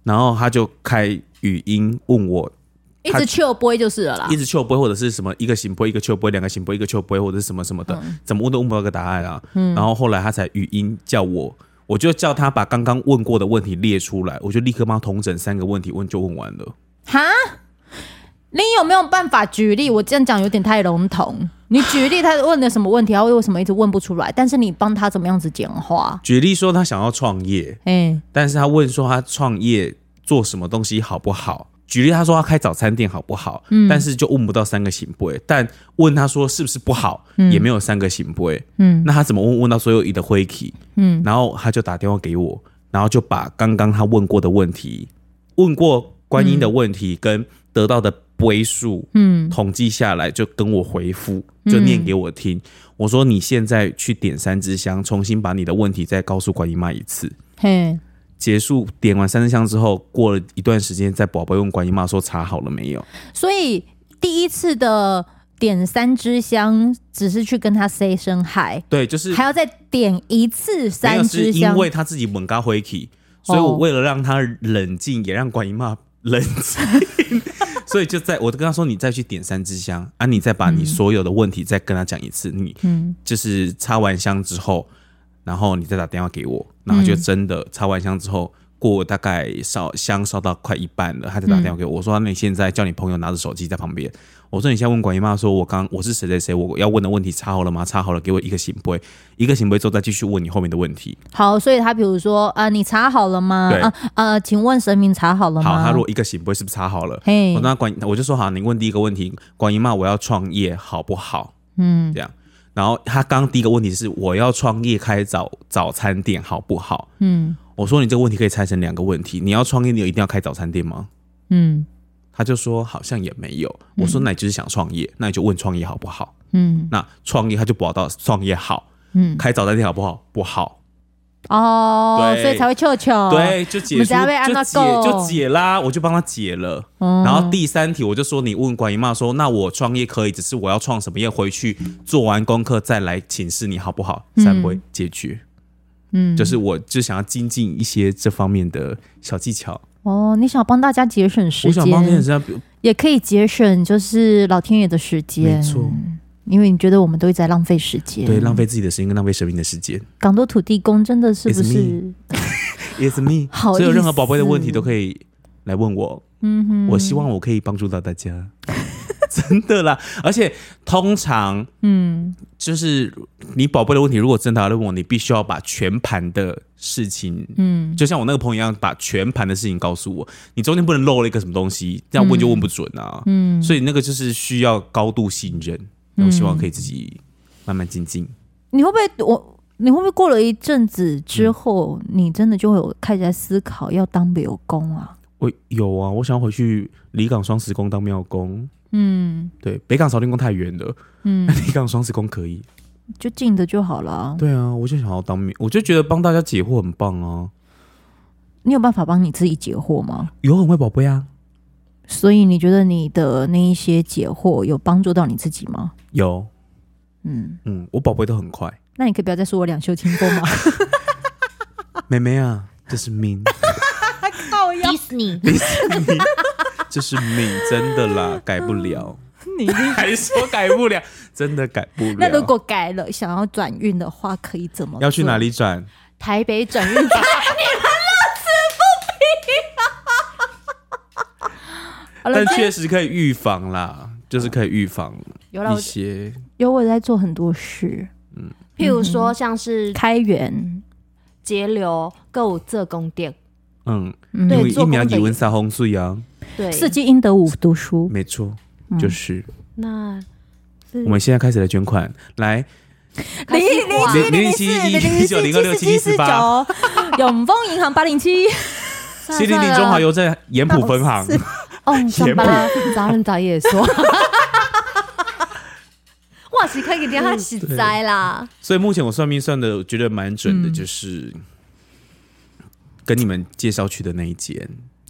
Speaker 2: 然后他就开语音问我。
Speaker 1: 一直求杯就是了啦
Speaker 2: 一。直秋波或者是什么一个行波一个秋波两个行波一个秋波或者是什么什么的，怎么问都问不到个答案啊。然后后来他才语音叫我，我就叫他把刚刚问过的问题列出来，我就立刻帮他统整三个问题问就问完了。
Speaker 1: 哈，你有没有办法举例？我这样讲有点太笼统。你举例他问的什么问题，他为什么一直问不出来？但是你帮他怎么样子简化？
Speaker 2: 举例说，他想要创业，
Speaker 1: 哎、
Speaker 2: 但是他问说他创业做什么东西好不好？举例他说他开早餐店好不好？但是就问不到三个行不？欸但问他说是不是不好，也没有三个行不？嗯，那他怎么问？问到所有一的灰体，嗯，然后他就打电话给我，然后就把刚刚他问过的问题，问过观音的问题跟得到的倍数，嗯，统计下来就跟我回复，就念给我听。我说你现在去点三支香，重新把你的问题再告诉观音妈一次。
Speaker 1: 嘿，
Speaker 2: 结束点完三支香之后，过了一段时间，在宝宝用管姨妈说查好了没有？
Speaker 1: 所以第一次的点三支香，只是去跟他 say 声 hi，
Speaker 2: 对，就是
Speaker 1: 还要再点一次
Speaker 2: 没有
Speaker 1: 三
Speaker 2: 是
Speaker 1: 支
Speaker 2: 因
Speaker 1: 香。
Speaker 2: 为他自己稳高回去，所以我为了让他冷静，也让管姨妈 冷静， 所以就在我跟他说，你再去点三支香啊，你再把你所有的问题再跟他讲一次，你就是插完香之后，然后你再打电话给我，然后就真的插完香之后。过大概烧香烧到快一半了，他再打电话给我，我说：“啊那你现在叫你朋友拿着手机在旁边，我说你现在问管姨妈说，我刚我是谁谁谁，我要问的问题插好了吗？插好了，给我一个醒杯，一个醒杯之后再继续问你后面的问题。
Speaker 1: 好，所以他比如说啊、你查好了吗？
Speaker 2: 对
Speaker 1: 啊呃，请问神明查好了吗？
Speaker 2: 好，他如果一个醒杯是不是插好了？
Speaker 1: 嘿
Speaker 2: 我那管我就说好，你问第一个问题，管姨妈我要创业好不好？嗯，这样。然后他刚刚第一个问题是我要创业开早早餐店好不好？
Speaker 1: 嗯
Speaker 2: 我说你这个问题可以拆成两个问题，你要创业，你有一定要开早餐店吗？
Speaker 1: 嗯
Speaker 2: 他就说好像也没有。我说那你就是想创业，那你就问创业好不好？
Speaker 1: 嗯
Speaker 2: 那创业他就保到创业好，
Speaker 1: 嗯，
Speaker 2: 开早餐店好不好？不好，
Speaker 1: 哦，
Speaker 2: 对
Speaker 1: 所以才会球球。，
Speaker 2: 对，就解
Speaker 1: 我们
Speaker 2: 出
Speaker 1: 等下被按
Speaker 2: 就
Speaker 1: 到
Speaker 2: 解
Speaker 1: 够
Speaker 2: 就解啦，我就帮他解了。
Speaker 1: 哦
Speaker 2: 然后第三题我就说，你问管姨妈说，那我创业可以，只是我要创什么业，回去做完功课再来请示你好不好？三不会解决，
Speaker 1: 嗯，
Speaker 2: 就是我就想要精进一些这方面的小技巧。
Speaker 1: 哦，你想帮大家节省时
Speaker 2: 我想帮这件
Speaker 1: 间，
Speaker 2: 事啊，
Speaker 1: 也可以节省就是老天爷的时间
Speaker 2: 没。错，
Speaker 1: 因为你觉得我们都一直在浪费时间，
Speaker 2: 对，浪费自己的时间跟浪费生命的时间。
Speaker 1: 港都土地公真的是不
Speaker 2: It's
Speaker 1: 是？
Speaker 2: It's me，
Speaker 1: 好
Speaker 2: 所有任何
Speaker 1: 意思
Speaker 2: 宝贝的问题都可以来问我。
Speaker 1: 嗯哼，
Speaker 2: 我希望我可以帮助到大家， 真的啦。而且通常
Speaker 1: 嗯
Speaker 2: 就是你宝贝的问题，如果真的要问我，你必须要把全盘的事情，
Speaker 1: 嗯，
Speaker 2: 就像我那个朋友一样，把全盘的事情告诉我。你中间不能漏了一个什么东西，这样问就问不准啊。嗯，所以那个就是需要高度信任。
Speaker 1: 嗯
Speaker 2: 那我希望可以自己慢慢精进。
Speaker 1: 你会不会我？你会不会过了一阵子之后，你真的就会有开始在思考要当流工啊？
Speaker 2: 我有啊，我想要回去离港双十宫当庙工。
Speaker 1: 嗯，
Speaker 2: 对，北港朝天宫太远了， 嗯，离港双十宫可以。
Speaker 1: 就近的就好了啊。
Speaker 2: 对啊，我就想要当面，我就觉得帮大家解惑很棒啊，
Speaker 1: 你有办法帮你自己解惑吗？
Speaker 2: 有很会宝贝啊，
Speaker 1: 所以你觉得你的那一些解惑有帮助到你自己吗？
Speaker 2: 有，
Speaker 1: 嗯，
Speaker 2: 嗯，我宝贝都很快，
Speaker 1: 那你可以不要再说我两袖清风吗？
Speaker 2: 妹妹啊，这是命，
Speaker 1: 靠呀，
Speaker 3: Disney
Speaker 2: 这是命，这是命，真的啦，改不了，
Speaker 1: 你
Speaker 2: 还说改不了，真的改不了。
Speaker 1: 那如果改了，想要转运的话，可以怎么？
Speaker 2: 要去哪？里转？
Speaker 3: 台北转运站，
Speaker 1: 好了
Speaker 2: 但，确实可以预防啦，就是可以预防
Speaker 1: 有了
Speaker 2: 一，些。
Speaker 1: 有我在做很多事，
Speaker 3: 譬如说像是
Speaker 1: 开源，
Speaker 3: 节流、购物这宫殿，
Speaker 2: 嗯，
Speaker 1: 嗯
Speaker 2: 因
Speaker 3: 对
Speaker 2: 为
Speaker 3: 做
Speaker 2: 疫苗
Speaker 3: 工的
Speaker 2: 几
Speaker 3: 也
Speaker 2: 温三红水啊，
Speaker 3: 对，
Speaker 1: 四季英德五读书，
Speaker 2: 没错，
Speaker 1: 嗯
Speaker 2: 就是
Speaker 3: 那
Speaker 2: 我们现在开始来捐款，来
Speaker 3: 嗯
Speaker 1: 零一零
Speaker 3: 哇
Speaker 1: 七零
Speaker 2: 零
Speaker 1: 四
Speaker 2: 零
Speaker 1: 零
Speaker 2: 零
Speaker 1: 四
Speaker 2: 七
Speaker 1: 零六七四九，永丰银行八零七，
Speaker 2: 七
Speaker 1: 啊
Speaker 2: 零零中华邮政盐浦分行，
Speaker 3: 哦，上
Speaker 2: 全部
Speaker 3: 班啦，早人早夜说。哇，是可以给
Speaker 1: 嗯
Speaker 3: 他洗灾啦，
Speaker 2: 所以目前我算命算的，我觉得蛮准
Speaker 1: 嗯
Speaker 2: 的，就是跟你们介绍去的那一间，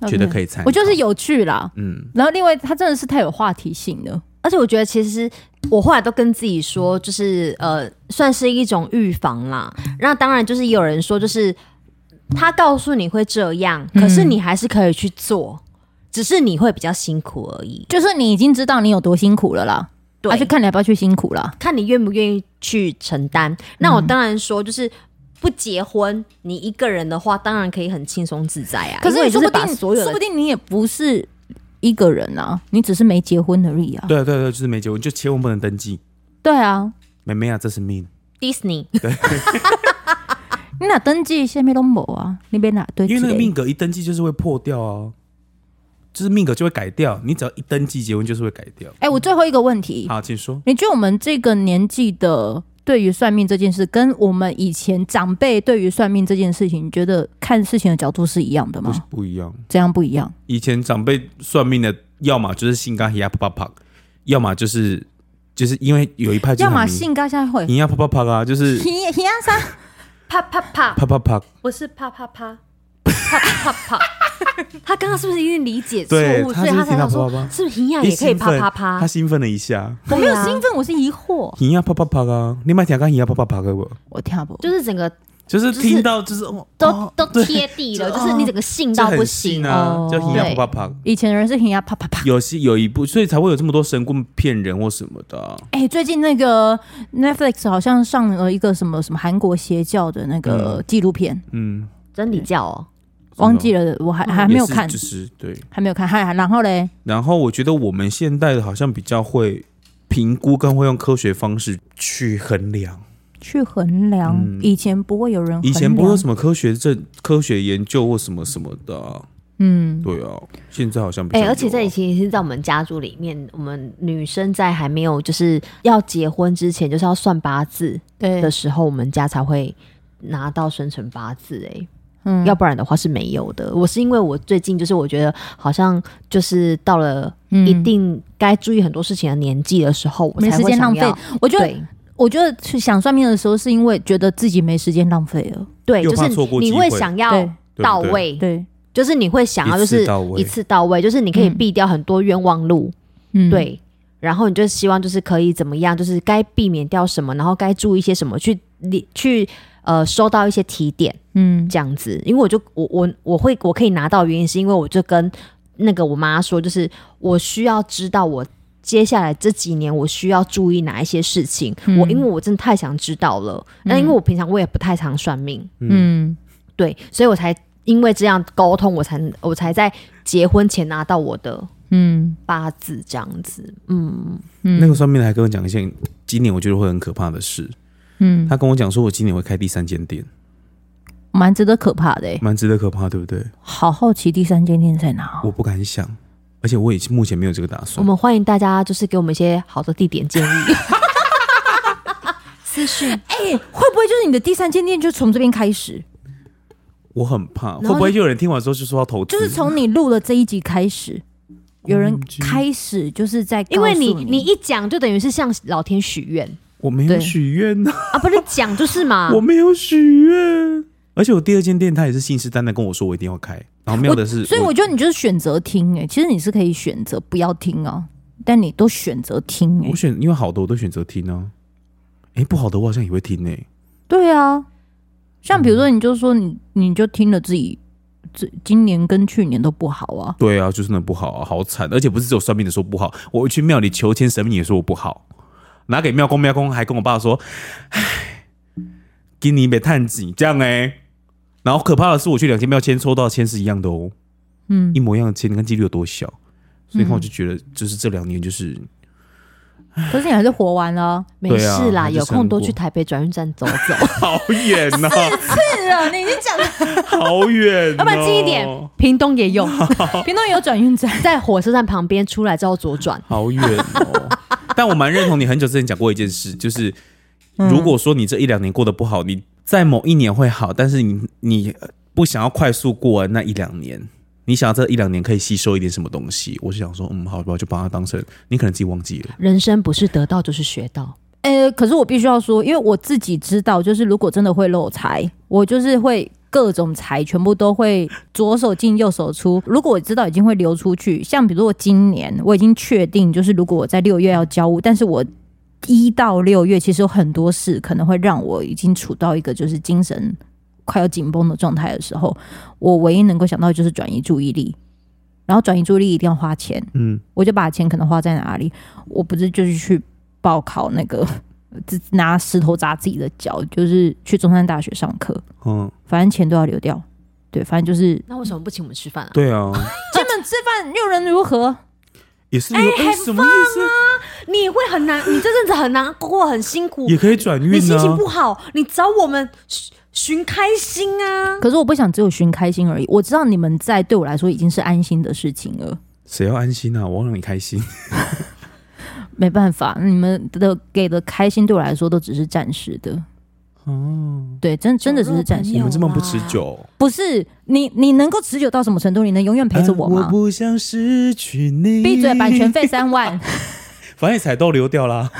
Speaker 2: 觉得可以参考。
Speaker 1: 我就是有趣啦。
Speaker 2: 嗯，
Speaker 1: 然后另外，它真的是太有话题性了。
Speaker 3: 而且我觉得其实我后来都跟自己说，就是呃，算是一种预防啦。那当然就是也有人说，就是他告诉你会这样，
Speaker 1: 嗯
Speaker 3: 可是你还是可以去做，只是你会比较辛苦而已。
Speaker 1: 就是你已经知道你有多辛苦了啦，
Speaker 3: 对，
Speaker 1: 啊，就看你要不要去辛苦啦。
Speaker 3: 看你愿不愿意去承担。那我当然说，就是不结婚，你一个人的话，当然可以很轻松自在啊。
Speaker 1: 可是
Speaker 3: 因为
Speaker 1: 你
Speaker 3: 就
Speaker 1: 说
Speaker 3: 是
Speaker 1: 不
Speaker 3: 把
Speaker 1: 定，
Speaker 3: 所有
Speaker 1: 说不
Speaker 3: 的
Speaker 1: 定你也不是一个人啊，你只是没结婚而已啊。
Speaker 2: 对对对，就是没结婚，就千万不能登记。
Speaker 1: 对啊，
Speaker 2: 妹妹啊，这是命，
Speaker 3: Disney
Speaker 1: 你哪登记下面都没啊，那边哪对之
Speaker 2: 因
Speaker 1: 类的？
Speaker 2: 为那个命格一登记就是会破掉啊，就是命格就会改掉。你只要一登记结婚，就是会改掉。
Speaker 1: 哎、我最后一个问题，
Speaker 2: 好，请说。
Speaker 1: 你觉得我们这个年纪的对于算命这件事，跟我们以前长辈对于算命这件事情，你觉得看事情的角度是一样的
Speaker 2: 不是
Speaker 1: 吗？
Speaker 2: 不一样，
Speaker 1: 这样不一样。
Speaker 2: 以前长辈算命的，要么就是性格呀啪啪啪，要么就是就是因为有一派就是
Speaker 1: 要
Speaker 2: 很
Speaker 1: 么
Speaker 2: 迷
Speaker 1: 性格下会，
Speaker 2: 你要啪啪啪啊，就是
Speaker 1: 呀呀啥？
Speaker 3: 啪啪啪，
Speaker 2: 啪啪啪，
Speaker 3: 不是啪啪啪，啪啪啪。 他刚刚是不是有点理解错
Speaker 2: 对
Speaker 3: 误，
Speaker 2: 他
Speaker 3: 所以
Speaker 2: 就是
Speaker 3: 才
Speaker 2: 听到
Speaker 3: 想说
Speaker 2: 啪啪，啪
Speaker 3: 是不是营养
Speaker 2: 一
Speaker 3: 也可以
Speaker 2: 兴
Speaker 3: 啪
Speaker 2: 奋
Speaker 3: 啪啪
Speaker 2: 他？兴奋了一下，
Speaker 1: 我没有
Speaker 3: 对啊
Speaker 1: 兴奋，我是疑惑。
Speaker 2: 你要啪啪啪啊，你买听看你要啪啪啪给我，
Speaker 1: 我听不，
Speaker 3: 就是整个
Speaker 2: 就是
Speaker 3: 是
Speaker 2: 听到就是哦
Speaker 3: 都、
Speaker 2: 哦
Speaker 3: 都
Speaker 2: 对
Speaker 3: 贴地 了，
Speaker 2: 就哦
Speaker 3: 就是你整个信
Speaker 2: 这
Speaker 3: 到不
Speaker 2: 很
Speaker 3: 行
Speaker 2: 信。啊
Speaker 1: 哦，
Speaker 2: 叫你要啪啪啪。
Speaker 1: 以前人是听呀啪啪啪。
Speaker 2: 有些有一部，所以才会有这么多神棍骗人或什么的啊、
Speaker 1: 哎、最近那个 Netflix 好像上了一个什么什么韩国邪教的那个纪录片，
Speaker 2: 嗯，
Speaker 3: 真理教哦，
Speaker 1: 忘记了，我还还
Speaker 2: 还
Speaker 1: 没有看，
Speaker 2: 就是对。
Speaker 1: 还没有看，还然后嘞，
Speaker 2: 然后我觉得我们现代的好像比较会评估，跟会用科学方式去衡量。
Speaker 3: 哦
Speaker 1: 去衡量、
Speaker 2: 嗯
Speaker 1: 以前不会有人衡量，
Speaker 2: 以前不会有什么科学证、科学研究或什么什么的啊、
Speaker 1: 嗯，
Speaker 2: 对啊，现在好像比较
Speaker 3: 哎、
Speaker 2: 有啊
Speaker 3: 而且在以前也是在我们家族里面，我们女生在还没有就是要结婚之前，就是要算八字
Speaker 1: 对
Speaker 3: 的，时候，我们家才会拿到生辰八字、哎，
Speaker 1: 嗯
Speaker 3: 要不然的话是没有的。我是因为我最近就是我觉得好像就是到了一
Speaker 1: 嗯
Speaker 3: 定该注意很多事情的年纪的时候，我
Speaker 1: 没
Speaker 3: 才
Speaker 1: 时
Speaker 3: 会
Speaker 1: 间浪
Speaker 3: 想
Speaker 1: 费
Speaker 3: 要。
Speaker 1: 我觉得，
Speaker 3: 对
Speaker 1: 我觉得去想算命的时候，是因为觉得自己没时间浪费了。
Speaker 3: 对，
Speaker 2: 又
Speaker 3: 就
Speaker 2: 怕
Speaker 3: 是
Speaker 2: 错过
Speaker 3: 你
Speaker 2: 机
Speaker 3: 会
Speaker 2: 会
Speaker 3: 想
Speaker 1: 对
Speaker 3: 要
Speaker 2: 对
Speaker 3: 到
Speaker 2: 对
Speaker 3: 位，
Speaker 1: 对，
Speaker 3: 就是你会想要
Speaker 2: 一
Speaker 3: 就
Speaker 2: 次
Speaker 3: 是
Speaker 2: 到位
Speaker 3: 一次到位，就是你可以
Speaker 1: 嗯
Speaker 3: 避掉很多冤枉路。
Speaker 1: 嗯，
Speaker 3: 对，然后你就希望就是可以怎么样，就是该避免掉什么，然后该注意一些什么，去理去呃收到一些提点
Speaker 1: 嗯，
Speaker 3: 这样子。因为我就我我我会我可以拿到的原因是因为我就跟那个我妈说，就是我需要知道我。接下来这几年，我需要注意哪一些事情？
Speaker 1: 嗯
Speaker 3: 我因为我真的太想知道了，那、因为我平常我也不太常算命，
Speaker 1: 嗯，
Speaker 3: 对，所以我才因为这样沟通，我才我才在结婚前拿到我的
Speaker 1: 嗯，
Speaker 3: 八字这样子。
Speaker 2: 那个算命的还跟我讲一件今年我觉得会很可怕的事。嗯，他跟我讲说，我今年会开第三间店，
Speaker 1: 蛮值得可怕的欸。
Speaker 2: 蛮值得可怕，对不对？
Speaker 1: 好好奇第三间店在哪？
Speaker 2: 我不敢想，而且我也目前没有这个打
Speaker 3: 我
Speaker 1: 嗯
Speaker 2: 算。
Speaker 3: 们欢迎大家，就是给我们一些好的地点 建议。私
Speaker 2: 嗯
Speaker 3: 讯，
Speaker 1: 哎会不会就是你的第三间店就从这边开始？
Speaker 2: 我很怕，
Speaker 3: 然后
Speaker 2: 会不会有人听完之后就说要投资？
Speaker 1: 就是从你录了这一集开始，
Speaker 2: 嗯
Speaker 1: 有人
Speaker 2: OMG
Speaker 1: 开始就是在告
Speaker 3: 因为你
Speaker 1: 诉
Speaker 3: 你一讲就等于是向老天许愿
Speaker 2: 我没
Speaker 1: 对
Speaker 2: 有许愿呐，。
Speaker 3: 啊，不是讲就是嘛
Speaker 2: 我没有许愿。而且我第二间店，他也是信誓旦旦跟我说我一定要开。然后妙的是，
Speaker 1: 所以我觉得你就是选择听哎、其实你是可以选择不要听啊，但你都选择听哎、
Speaker 2: 我选，因为好的我都选择听啊。哎，不好的我好像也会听呢、
Speaker 1: 对啊，像比如说，你就说你你就听了自己，这今年跟去年都不好啊。
Speaker 2: 对啊，就是那不好、啊，好惨。而且不是只有算命的说不好，我去庙里求签，神明也说我不好，拿给庙公，庙公还跟我爸说：“唉，给你别探几这样哎、然后可怕的是，我去两间庙签抽到的签是一样的哦，
Speaker 1: 嗯
Speaker 2: 一模一样的签，你看几率有多小。所以看我
Speaker 3: 嗯
Speaker 2: 就觉得，就是这两年就是
Speaker 1: 可是你还是活完了 啊，
Speaker 3: 没事啦，
Speaker 2: 对啊
Speaker 3: 有空多
Speaker 2: 就
Speaker 3: 去
Speaker 2: 是
Speaker 3: 台北转运站走走。
Speaker 2: 好远呐、
Speaker 1: 是啊，你已经讲 了。
Speaker 2: 好远、哦。
Speaker 3: 要不然近一点，屏东 也有，
Speaker 1: 屏东也有转运站，
Speaker 3: 在火车站旁边出来之后左转。
Speaker 2: 好远哦。 但我蛮认同你很久之前讲过一件事，就是如果说你这一两年过得不好，你在某一年会好，但是你你不想要快速过完那一两年，你想要这一两年可以吸收一点什么东西，我是想说，嗯，好吧，就把它当成你可能自己忘记了，
Speaker 3: 人生不是得到就是学到，
Speaker 1: 呃，可是我必须要说，因为我自己知道，就是如果真的会漏财，我就是会各种财全部都会左手进右手出。如果我知道已经会流出去，像比如说我今年我已经确定，就是如果我在六月要交屋，但是我一到六月其实有很多事可能会让我已经处到一个就是精神快要紧绷的状态的时候，我唯一能够想到就是转移注意力，然后转移注意力一定要花钱，
Speaker 2: 嗯，
Speaker 1: 我就把钱可能花在哪里，我不是就是去报考那个， 自拿石头砸自己的脚，就是去中山大学上课，
Speaker 2: 嗯，
Speaker 1: 反正钱都要流掉。对，反正就是
Speaker 3: 那为什么不请我们吃饭啊？
Speaker 2: 对啊，
Speaker 1: 基本想吃饭，又能如何？
Speaker 2: 也是有哎，什么意思？
Speaker 3: 你会很难，你这阵子很难过，很辛苦，
Speaker 2: 也可以转
Speaker 3: 你
Speaker 2: 运
Speaker 3: 心情
Speaker 2: 啊。
Speaker 3: 不好，你找我们寻寻开心啊。
Speaker 1: 可是我不想只有寻开心而已，我知道你们在对我来说已经是安心的事情了。
Speaker 2: 谁要安心啊？我要让你开心。
Speaker 1: 没办法，你们的给的开心对我来说都只是暂时的。哦，对，真真的只是暂时
Speaker 2: 我
Speaker 3: 有
Speaker 2: 们这么不
Speaker 3: 啦
Speaker 2: 持久。
Speaker 1: 不是你，你能够持久到什么程度？你能永远陪着我
Speaker 2: 哎我
Speaker 1: 吗？
Speaker 2: 不想失去你。
Speaker 1: 闭嘴，版权费三万。
Speaker 2: 反正你彩豆流 掉啦，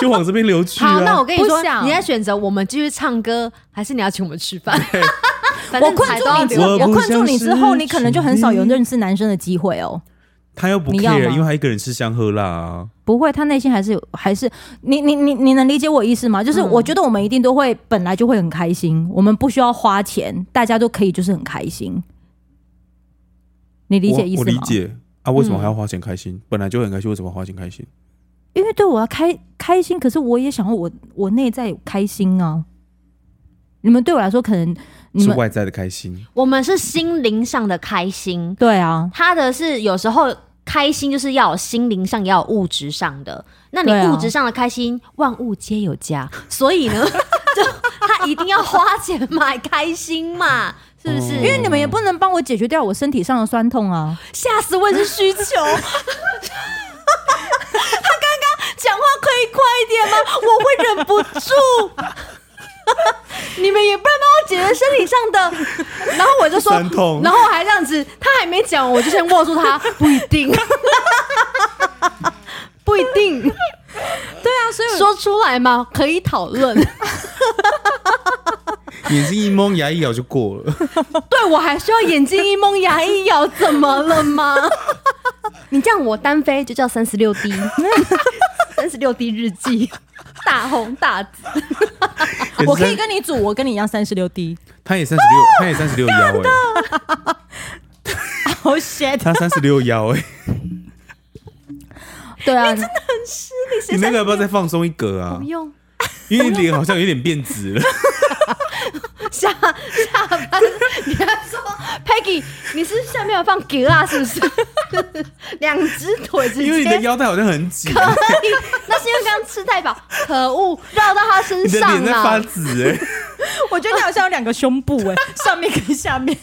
Speaker 2: 就往这边流去
Speaker 3: 好，那我
Speaker 2: 啊。
Speaker 3: 跟你说
Speaker 1: 不，想
Speaker 3: 你在选择我们继续唱歌，还是你要请我们 吃饭？反
Speaker 1: 我
Speaker 3: 正
Speaker 1: 困
Speaker 3: 才都
Speaker 1: 住
Speaker 3: 要
Speaker 1: 你之
Speaker 3: 留
Speaker 1: 后，
Speaker 2: 我
Speaker 1: 我
Speaker 2: 不
Speaker 1: 困住
Speaker 2: 想
Speaker 1: 你之
Speaker 2: 失
Speaker 1: 后，你可能就很少有
Speaker 2: 去
Speaker 1: 认识男生的机会哦。
Speaker 2: 他又不
Speaker 1: 你要
Speaker 2: care，
Speaker 1: 吗
Speaker 2: 因为他一个人吃香喝辣啊。
Speaker 1: 不会，他内心还是有，还是你你你你能理解我意思吗？就是
Speaker 3: 嗯
Speaker 1: 我觉得我们一定都会本来就会很开心，我们不需要花钱，大家都可以就是很开心。你理解意思
Speaker 2: 我我
Speaker 1: 吗？嗯
Speaker 2: 理解啊，为什么还要花钱开心？本来就很开心，为什么要花钱开心？
Speaker 1: 因为对我要开开心，可是我也想要我我内在有开心啊。你们对我来说可能你
Speaker 2: 是
Speaker 1: 们
Speaker 2: 外在的开心。
Speaker 3: 我们是心灵上的开心，
Speaker 1: 对啊，
Speaker 3: 他的是有时候开心就是要有心灵上，也要有物质上的。那你
Speaker 1: 对啊
Speaker 3: 物质上的开心，万物皆有价，所以呢， 就他一定要花钱买开心嘛，是不是？
Speaker 2: 嗯
Speaker 1: 因为你们也不能帮我解决掉我身体上的酸痛啊。
Speaker 3: 吓死我也是需求。他刚刚讲话可以快一点吗？我会忍不住。你们也不能帮我解决身体上的，然后我就说
Speaker 2: 酸痛，
Speaker 3: 然后我还这样子，他还没讲完，我就先握住他，不一 定，不一定，对啊，所以说出来嘛，可以讨论。
Speaker 2: 眼睛一蒙，牙一咬就过 了。
Speaker 3: 对我还需要眼睛一蒙，牙一咬，怎么了吗？ 你这样我单飞就叫三十六 D，三十六 D 日记，大红大紫。
Speaker 1: 我可以
Speaker 2: 也是
Speaker 1: 跟你组，我跟你一样三十六 D。
Speaker 2: 他也三 十六，他也三十六腰哎，
Speaker 1: 好 Oh shit！
Speaker 2: 他三十六腰 哎，
Speaker 1: 对啊，
Speaker 2: 你那个要不要再放松一格啊
Speaker 3: 不？用
Speaker 2: 因为你脸好像有点变直 了。
Speaker 3: 下下班，你还说 Peggy，你是下面有放格啊，是不是？ 两只腿直接，
Speaker 2: 因为你的腰带好像很紧，
Speaker 3: 那是因为刚刚吃太饱，可恶，绕到他身
Speaker 2: 你的
Speaker 3: 上
Speaker 2: 脸在发
Speaker 3: 了。
Speaker 2: 紫哎、
Speaker 1: 我觉得你好像有两个胸部哎、上面跟下 面。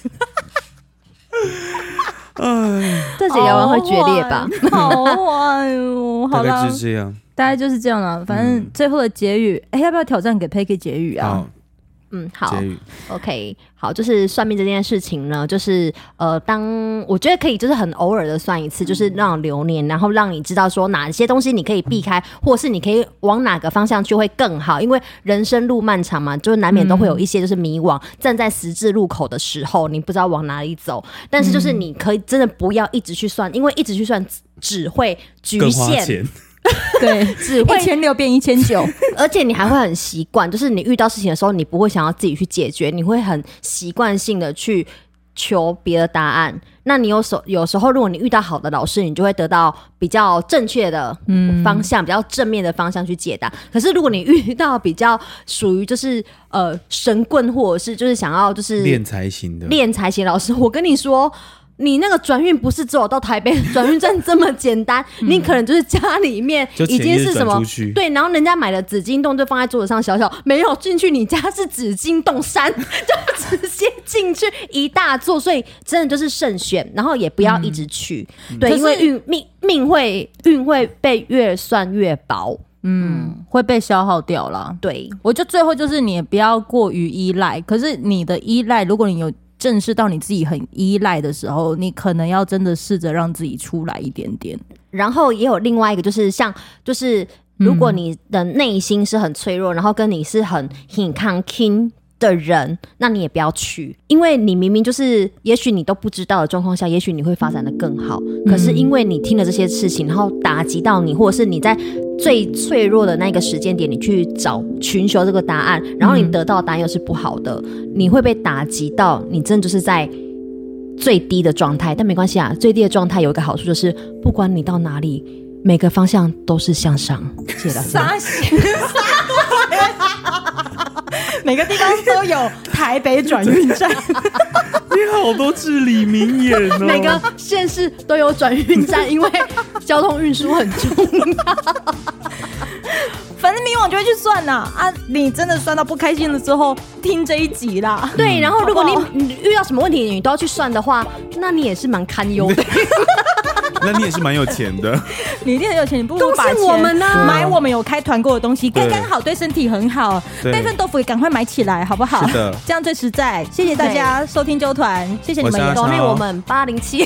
Speaker 3: 这
Speaker 1: 姐聊完会决裂
Speaker 3: 哦
Speaker 1: 吧？好坏哦，
Speaker 2: 大
Speaker 1: 好
Speaker 2: 概
Speaker 1: 啦，
Speaker 2: 就是这样。
Speaker 1: 大概就是这样啦。反正最后的结语，哎、要不要挑战给 Peggy 结语啊？
Speaker 2: 好，
Speaker 3: 嗯，好
Speaker 2: 结。语。
Speaker 3: OK，好，就是算命这件事情呢，就是呃，当我觉得可以，就是很偶尔的算一次，
Speaker 2: 嗯
Speaker 3: 就是让流年，然后让你知道说哪些东西你可以避开，或是你可以往哪个方向去会更好，因为人生路漫长嘛，就是难免都会
Speaker 2: 嗯
Speaker 3: 有一些就是迷惘，站在十字路口的时候，你不知道往哪里走，但是
Speaker 2: 嗯
Speaker 3: 就是你可以真的不要一直去算，因为一直去算只会局
Speaker 2: 更花
Speaker 3: 限，
Speaker 2: 钱，
Speaker 1: 对，
Speaker 3: 只会
Speaker 1: 一千六变一千九，
Speaker 3: 而且你还会很习惯，就是你遇到事情的时候，你不会想要自己去解决，你会很习惯性的去求别的答案。那你有时有时候，如果你遇到好的老师，你就会得到比较正确的方向，比较正面的方向去解答。可是如果你遇到比较属于就是呃神棍，或者是就是想要
Speaker 1: 嗯
Speaker 3: 就是
Speaker 2: 练才行的。
Speaker 3: 练才行。老师，我跟你说，你那个转运不是只有到台北转运站这么简单，你可能就是家里面
Speaker 2: 嗯就
Speaker 3: 已经是什
Speaker 2: 前
Speaker 3: 么
Speaker 2: 日转出去
Speaker 3: 对，然后人家买了紫金洞就放在桌子上小小，没有进去你家是紫金洞山， 就直接进去一大座，所以真的就是慎选，然后也不要一直去，
Speaker 1: 嗯可
Speaker 3: 对，
Speaker 1: 是
Speaker 3: 因为运命命会运会被越算越薄，
Speaker 1: 嗯，会被消耗掉啦。
Speaker 3: 对。
Speaker 1: 我就最后就是你也不要过于依赖，可是你的依赖，如果你有正视到你自己很依赖的时候，你可能要真的试着让自己出来一点点。
Speaker 3: 然后也有另外一个，就是像就是如果你的内心是很脆弱，然后跟你是很很抗 king 的人，那你也不要去，因为你明明就是，也许你都不知道的状况下，也许你会发展的更好。可是因为你听了这些事情，然后打击到你，或者是你在最脆弱的那个时间点，你去找寻求这个答案，然后你得到的答案又是不好的，你会被打击到，你真的就是在最低的状态，但没关系啊，最低的状态有一个好处就是，不管你到哪里，每个方 向都是向上。谢谢老师。
Speaker 1: 傻笑，
Speaker 4: 每个地方都有台北转运站，
Speaker 2: 你好多至理名言 哦。
Speaker 4: 每个县市都有转运站，因为交通运输很重要。
Speaker 5: 反正明网就会去算呐啊你真的算到不开心了之后，听这一集啦。
Speaker 3: 对，然后如果
Speaker 5: 好不好
Speaker 3: 你你遇到什么问题，你都要去算的话，那你也是蛮堪忧 的。
Speaker 2: 那你也是蛮有钱的，
Speaker 5: 你一定很有钱，你不如
Speaker 4: 都是
Speaker 5: 把钱
Speaker 4: 我们啊
Speaker 5: 买我们有开团购的东西，
Speaker 2: 对
Speaker 5: 刚刚好对身体很好。
Speaker 2: 对
Speaker 5: 备份豆腐也赶快买起来，好不好？
Speaker 2: 是的
Speaker 5: 这样最实在。谢谢大家收听周团，谢谢你们
Speaker 2: 我是
Speaker 5: 也
Speaker 2: 阿
Speaker 5: 都
Speaker 2: 超
Speaker 3: 所以我们八 零七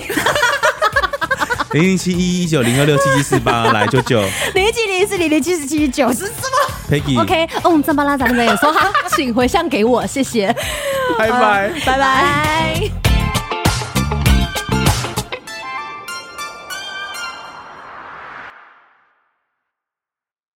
Speaker 2: 零零七一一九零二六七七四八来九九
Speaker 5: 零一七零一四零零七十七九十四。
Speaker 2: Peggy，
Speaker 3: ，OK，嗯，赞巴拉咱们也说哈，请回向给我，谢谢，
Speaker 2: 拜拜。
Speaker 3: 拜拜。